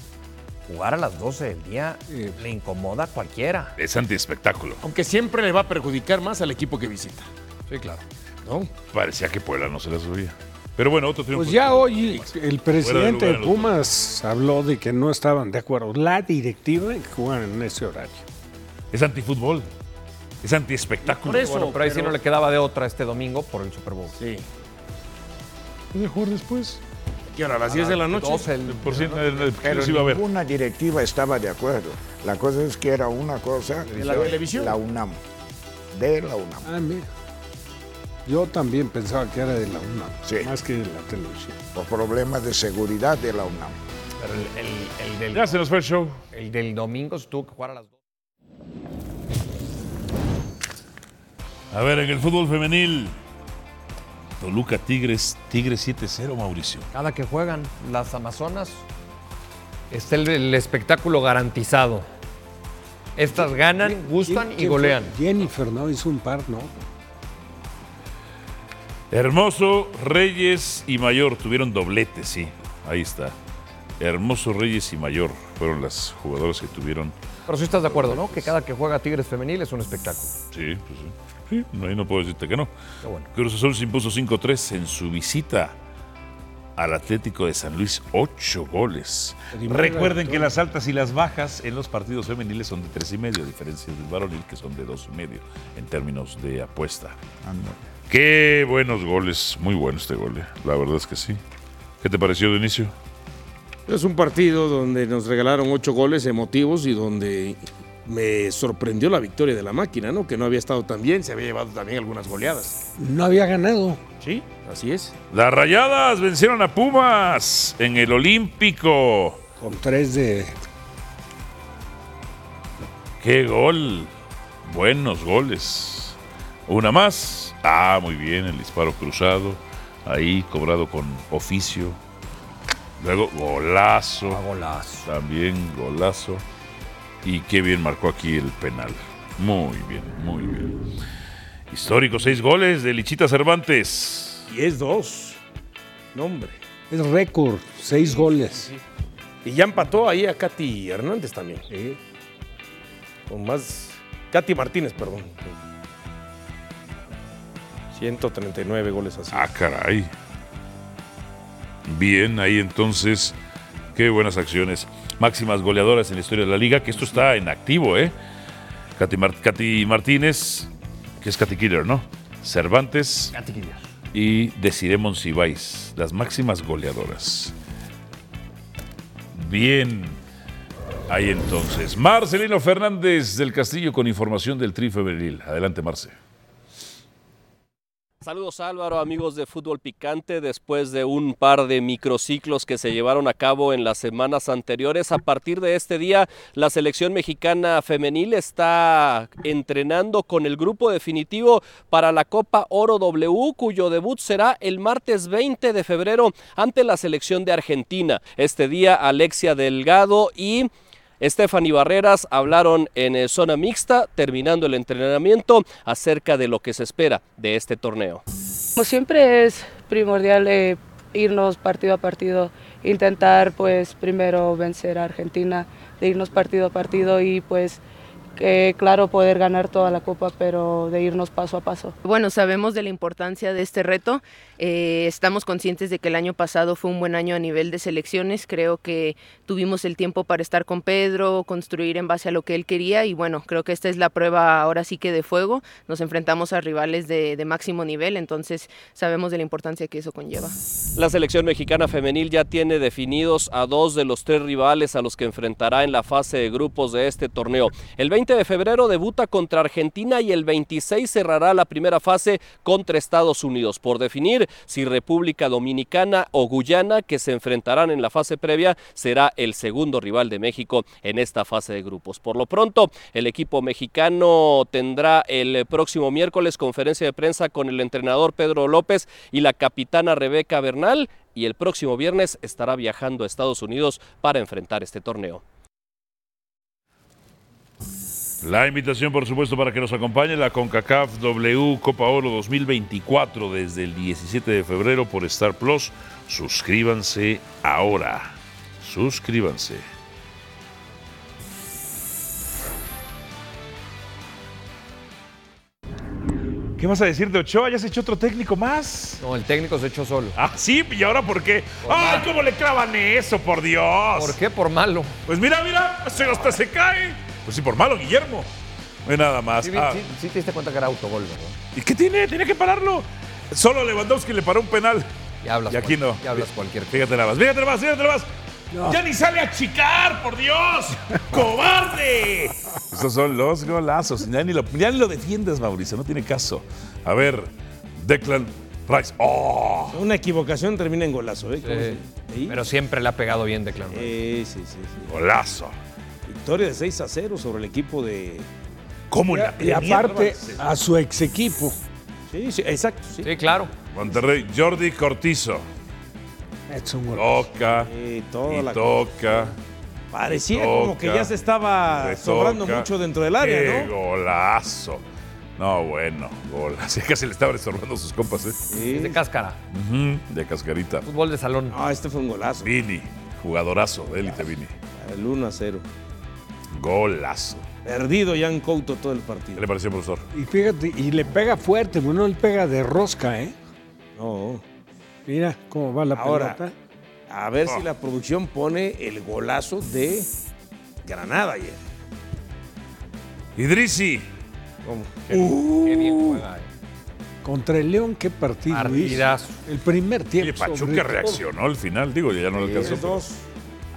Speaker 5: jugar a las 12 del día
Speaker 4: pues.
Speaker 5: le incomoda a cualquiera.
Speaker 2: Es antiespectáculo.
Speaker 6: Aunque siempre le va a perjudicar más al equipo que visita.
Speaker 5: Sí, claro.
Speaker 6: ¿no?
Speaker 2: Parecía que Puebla no se la subía. Pero bueno, otro triunfo.
Speaker 4: Pues ya hoy el presidente
Speaker 2: lugar
Speaker 4: de
Speaker 2: en los
Speaker 4: Pumas habló de que no estaban de acuerdo. La directiva en que jugaran en ese horario.
Speaker 2: Es antifútbol. Es antiespectáculo.
Speaker 6: Por eso,
Speaker 5: Bueno, pero ahí sí no le quedaba de otra este domingo por el Super Bowl.
Speaker 6: Sí.
Speaker 2: Puede jugar después.
Speaker 6: ¿Qué hora? ¿A
Speaker 4: Ah,
Speaker 6: las 10 de la noche?
Speaker 5: 12 el-
Speaker 2: Por si
Speaker 3: Pero
Speaker 2: iba a ver.
Speaker 3: ninguna directiva estaba de acuerdo. La cosa es que era una cosa de
Speaker 6: la televisión?
Speaker 3: la UNAM. De la UNAM.
Speaker 4: Ah, mira. Yo también pensaba que era de la UNAM,
Speaker 3: Sí.
Speaker 4: más que de la televisión. Oh,
Speaker 3: Por problemas de seguridad de la UNAM.
Speaker 5: Pero el, el- el del,
Speaker 2: Ya se nos fue el show.
Speaker 5: el del domingo se tuvo que jugar a las 12.
Speaker 2: A ver, en el fútbol femenil. Toluca Tigres, Tigres 7-0, Mauricio.
Speaker 5: Cada que juegan las Amazonas está el, el espectáculo garantizado. Estas ganan, gustan
Speaker 4: ¿Quién-
Speaker 5: y
Speaker 4: quién
Speaker 5: golean.
Speaker 4: fue? Jennifer, ¿no? Hizo un par, ¿no?
Speaker 2: Hermoso, Reyes y Mayor tuvieron doblete, sí. Ahí está. Hermoso, Reyes y Mayor fueron las jugadoras que tuvieron.
Speaker 5: Pero sí estás de acuerdo, ¿no? Que cada que juega Tigres femenil es un espectáculo.
Speaker 2: Sí, pues sí. Sí, no, ahí no puedo decirte que no.
Speaker 5: Qué bueno.
Speaker 2: Cruz Azul se impuso 5-3 en su visita al Atlético de San Luis, 8 goles.
Speaker 4: Primera
Speaker 2: Recuerden que
Speaker 4: victoria.
Speaker 2: las altas y las bajas en los partidos femeniles son de 3 y medio, a diferencia del varonil que son de 2 y medio en términos de apuesta. Qué buenos goles, muy bueno este gol, eh. la verdad es que sí. ¿Qué te pareció de inicio?
Speaker 6: Es un partido donde nos regalaron ocho goles emotivos y donde me sorprendió la victoria de la máquina, ¿no? Que no había estado tan bien, se había llevado también algunas goleadas.
Speaker 4: No había ganado.
Speaker 6: Sí, así es.
Speaker 2: Las rayadas vencieron a Pumas en el Olímpico.
Speaker 4: Con tres de.
Speaker 2: ¡Qué gol! Buenos goles. Una más. Ah, muy bien, el disparo cruzado. Ahí cobrado con oficio. Luego golazo.
Speaker 4: Ah,
Speaker 2: golazo. También golazo. Y qué bien marcó aquí el penal. Muy bien, muy bien. Histórico, seis goles de Lichita Cervantes.
Speaker 6: Y es dos. No, hombre.
Speaker 4: Es récord, seis goles.
Speaker 6: Y ya empató ahí a Katy Hernández también. Con más. Katy Martínez, perdón. 139 goles así.
Speaker 2: Ah, caray. Bien, ahí entonces, qué buenas acciones. Máximas goleadoras en la historia de la liga, que esto está en activo, ¿eh? Katy, Mar- Katy Martínez, que es Katy Killer, ¿no? Cervantes y Desiree Monsiváis, las máximas goleadoras. Bien, ahí entonces. Marcelino Fernández del Castillo con información del Tri Femenil. Adelante, Marce.
Speaker 13: Saludos Álvaro, amigos de Fútbol Picante. Después de un par de microciclos que se llevaron a cabo en las semanas anteriores, a partir de este día la selección mexicana femenil está entrenando con el grupo definitivo para la Copa Oro W, cuyo debut será el martes 20 de febrero ante la selección de Argentina. Este día Alexia Delgado y... Stephanie Barreras hablaron en eh, zona mixta, terminando el entrenamiento, acerca de lo que se espera de este torneo.
Speaker 14: Como siempre es primordial eh, irnos partido a partido, intentar pues primero vencer a Argentina, de irnos partido a partido y pues que, claro poder ganar toda la copa, pero de irnos paso a paso.
Speaker 15: Bueno, sabemos de la importancia de este reto. eh, estamos conscientes de que el año pasado fue un buen año a nivel de selecciones. Creo que tuvimos el tiempo para estar con Pedro, construir en base a lo que él quería y bueno, creo que esta es la prueba ahora sí que de fuego. Nos enfrentamos a rivales de, de máximo nivel, entonces sabemos de la importancia que eso conlleva.
Speaker 13: La selección mexicana femenil ya tiene definidos a dos de los tres rivales a los que enfrentará en la fase de grupos de este torneo. El 20 de febrero debuta contra Argentina y el 26 cerrará la primera fase contra Estados Unidos. Por definir si República Dominicana o Guyana, que se enfrentarán en la fase previa, será el segundo rival de México en esta fase de grupos. Por lo pronto, el equipo mexicano tendrá el próximo miércoles conferencia de prensa con el entrenador Pedro López y la capitana Rebeca Bernal y el próximo viernes estará viajando a Estados Unidos para enfrentar este torneo.
Speaker 2: La invitación, por supuesto, para que nos acompañe la CONCACAF W Copa Oro 2024 desde el 17 de febrero por Star Plus. Suscríbanse ahora. Suscríbanse.
Speaker 8: ¿Qué vas a decir de Ochoa? ¿Ya se echó otro técnico más?
Speaker 5: No, el técnico se echó solo.
Speaker 8: Ah, sí, ¿y ahora por qué? ¡Ay, cómo le clavan eso, por Dios! ¿Por
Speaker 5: qué? Por malo.
Speaker 2: Pues mira, mira, se hasta se cae. Pues sí, por malo, Guillermo. No hay nada más.
Speaker 5: Sí,
Speaker 2: Ah,
Speaker 5: sí- sí te diste cuenta que era autogol, ¿verdad?
Speaker 2: ¿Y qué tiene? Tiene que pararlo. Solo Lewandowski le paró un penal.
Speaker 5: Y hablas.
Speaker 2: Y aquí no.
Speaker 5: Y hablas cualquier cosa.
Speaker 2: Fíjate nada más, fíjate nada más, fíjate nada más.
Speaker 8: ¡Ya ni sale a chicar, por
Speaker 5: <laughs>
Speaker 8: Dios! ¡Cobarde!
Speaker 2: Esos son los golazos. Ya ni, lo, ya ni lo defiendes, Mauricio. No tiene caso. A ver, Declan Rice. ¡Oh!
Speaker 6: Una equivocación termina en golazo, ¿eh? ¿Cómo
Speaker 5: Sí, Pero siempre le ha pegado bien de claro.
Speaker 6: Sí, sí, sí, sí.
Speaker 2: Golazo.
Speaker 6: Victoria de 6 a 0 sobre el equipo de.
Speaker 2: ¿Cómo
Speaker 4: Y, y aparte, a su ex equipo.
Speaker 6: Sí, sí, exacto. Sí,
Speaker 5: claro.
Speaker 2: Monterrey, Jordi Cortizo.
Speaker 4: Es un gol.
Speaker 2: Toca.
Speaker 6: toda
Speaker 2: y
Speaker 6: la-
Speaker 2: toca.
Speaker 6: Parecía como que
Speaker 2: toca,
Speaker 6: ya se estaba
Speaker 2: le
Speaker 6: sobrando
Speaker 2: toca.
Speaker 6: mucho dentro del área,
Speaker 2: ¡Qué
Speaker 8: Eh,
Speaker 6: ¿no?
Speaker 2: golazo! No, bueno, <laughs> golazo. Casi le estaban estorbando sus compas, ¿eh?
Speaker 5: Es de cáscara.
Speaker 2: Ujú, de cascarita.
Speaker 5: Fútbol de salón.
Speaker 6: Ah, este fue un golazo.
Speaker 2: Vini, jugadorazo de élite, Vini.
Speaker 6: El 1 a 0.
Speaker 2: Golazo.
Speaker 6: Perdido Jan Couto todo el partido.
Speaker 2: ¿Qué le pareció, profesor?
Speaker 4: Y fíjate, y le pega fuerte, bueno, él pega de rosca, ¿eh?
Speaker 6: No.
Speaker 4: Mira cómo va la
Speaker 6: Ahora,
Speaker 4: pelota.
Speaker 6: a ver
Speaker 2: Oh.
Speaker 4: Ah.
Speaker 6: si la producción pone el golazo de Granada ayer.
Speaker 2: Idrisi.
Speaker 6: ¿Cómo?
Speaker 2: Qué bien-
Speaker 6: Uh.
Speaker 2: qué bien juega, eh.
Speaker 4: Contra el León, qué partido
Speaker 2: Partidazo.
Speaker 4: hizo. El primer tiempo.
Speaker 2: Oye,
Speaker 4: sobre todo.
Speaker 2: Pachuca reaccionó al final, digo, ya no le alcanzó. pero-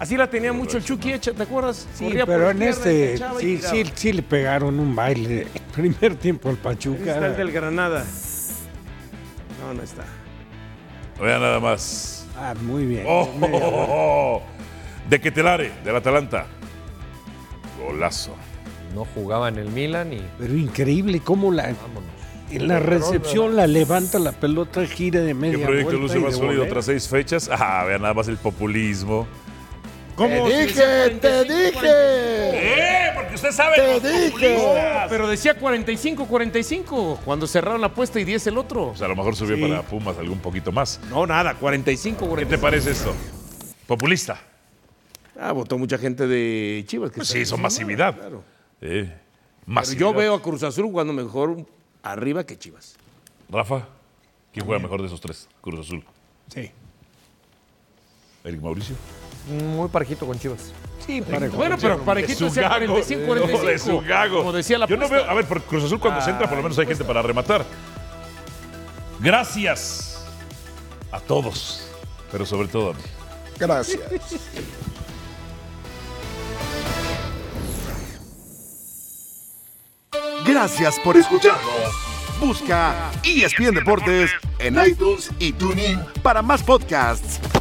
Speaker 6: Así la tenía mucho el Chucky Echa, ¿te acuerdas?
Speaker 4: Sí,
Speaker 6: Corría
Speaker 4: pero
Speaker 6: por
Speaker 4: en
Speaker 6: izquierda,
Speaker 4: este
Speaker 6: enganchaba y
Speaker 4: sí,
Speaker 6: tiraba.
Speaker 4: sí, sí le pegaron un baile. <laughs> El primer tiempo al Pachuca.
Speaker 7: Está el del Granada. No, no está.
Speaker 2: Vean nada más.
Speaker 4: Ah, muy bien.
Speaker 2: Oh,
Speaker 4: Media
Speaker 2: oh, oh, oh. De Ketelare, del Atalanta. Golazo.
Speaker 5: No jugaba en el Milan y.
Speaker 4: Pero increíble cómo la, en la recepción la levanta la pelota, gira de
Speaker 2: ¿Qué
Speaker 4: media
Speaker 2: proyecto
Speaker 4: vuelta
Speaker 2: luce
Speaker 4: y
Speaker 2: más
Speaker 4: de
Speaker 2: sólido
Speaker 6: ¿eh?
Speaker 4: volea.
Speaker 2: tras seis fechas? Ah, vean nada más el populismo.
Speaker 6: Eh,
Speaker 3: Te dije, te dije.
Speaker 2: ¡Eh! Porque usted sabe.
Speaker 3: Te dije.
Speaker 6: No, pero decía 45-45 cuando cerraron la apuesta y 10 el otro.
Speaker 2: O sea, Pues a lo mejor subió
Speaker 6: Sí.
Speaker 2: para Pumas algún poquito más.
Speaker 6: No, nada, 45,
Speaker 2: ¿Qué te parece esto? Populista.
Speaker 6: Ah, votó mucha gente de Chivas. Que
Speaker 2: Pues
Speaker 6: está
Speaker 2: sí, son
Speaker 6: decepcionada,
Speaker 2: masividad.
Speaker 6: claro.
Speaker 2: Eh,
Speaker 6: Pero
Speaker 2: masividad.
Speaker 6: yo veo a Cruz Azul jugando mejor arriba que Chivas.
Speaker 2: Rafa, ¿quién juega mejor de esos tres? Cruz Azul.
Speaker 4: Sí.
Speaker 2: Eric Mauricio.
Speaker 5: Muy parejito con Chivas.
Speaker 6: Sí,
Speaker 2: parejo.
Speaker 6: Bueno, pero parejito
Speaker 2: Es
Speaker 6: es
Speaker 2: un
Speaker 6: el
Speaker 2: gago.
Speaker 6: 45, 45.
Speaker 2: <laughs> No, es un gago.
Speaker 6: Como decía la
Speaker 2: Yo no
Speaker 6: apuesta. Ah,
Speaker 2: veo- a ver, por Cruz Azul cuando se entra, por lo menos hay gente para rematar. Gracias a todos, pero sobre todo a mí.
Speaker 3: Gracias.
Speaker 1: Gracias por escucharnos. Busca ESPN Deportes en iTunes y TuneIn para más podcasts.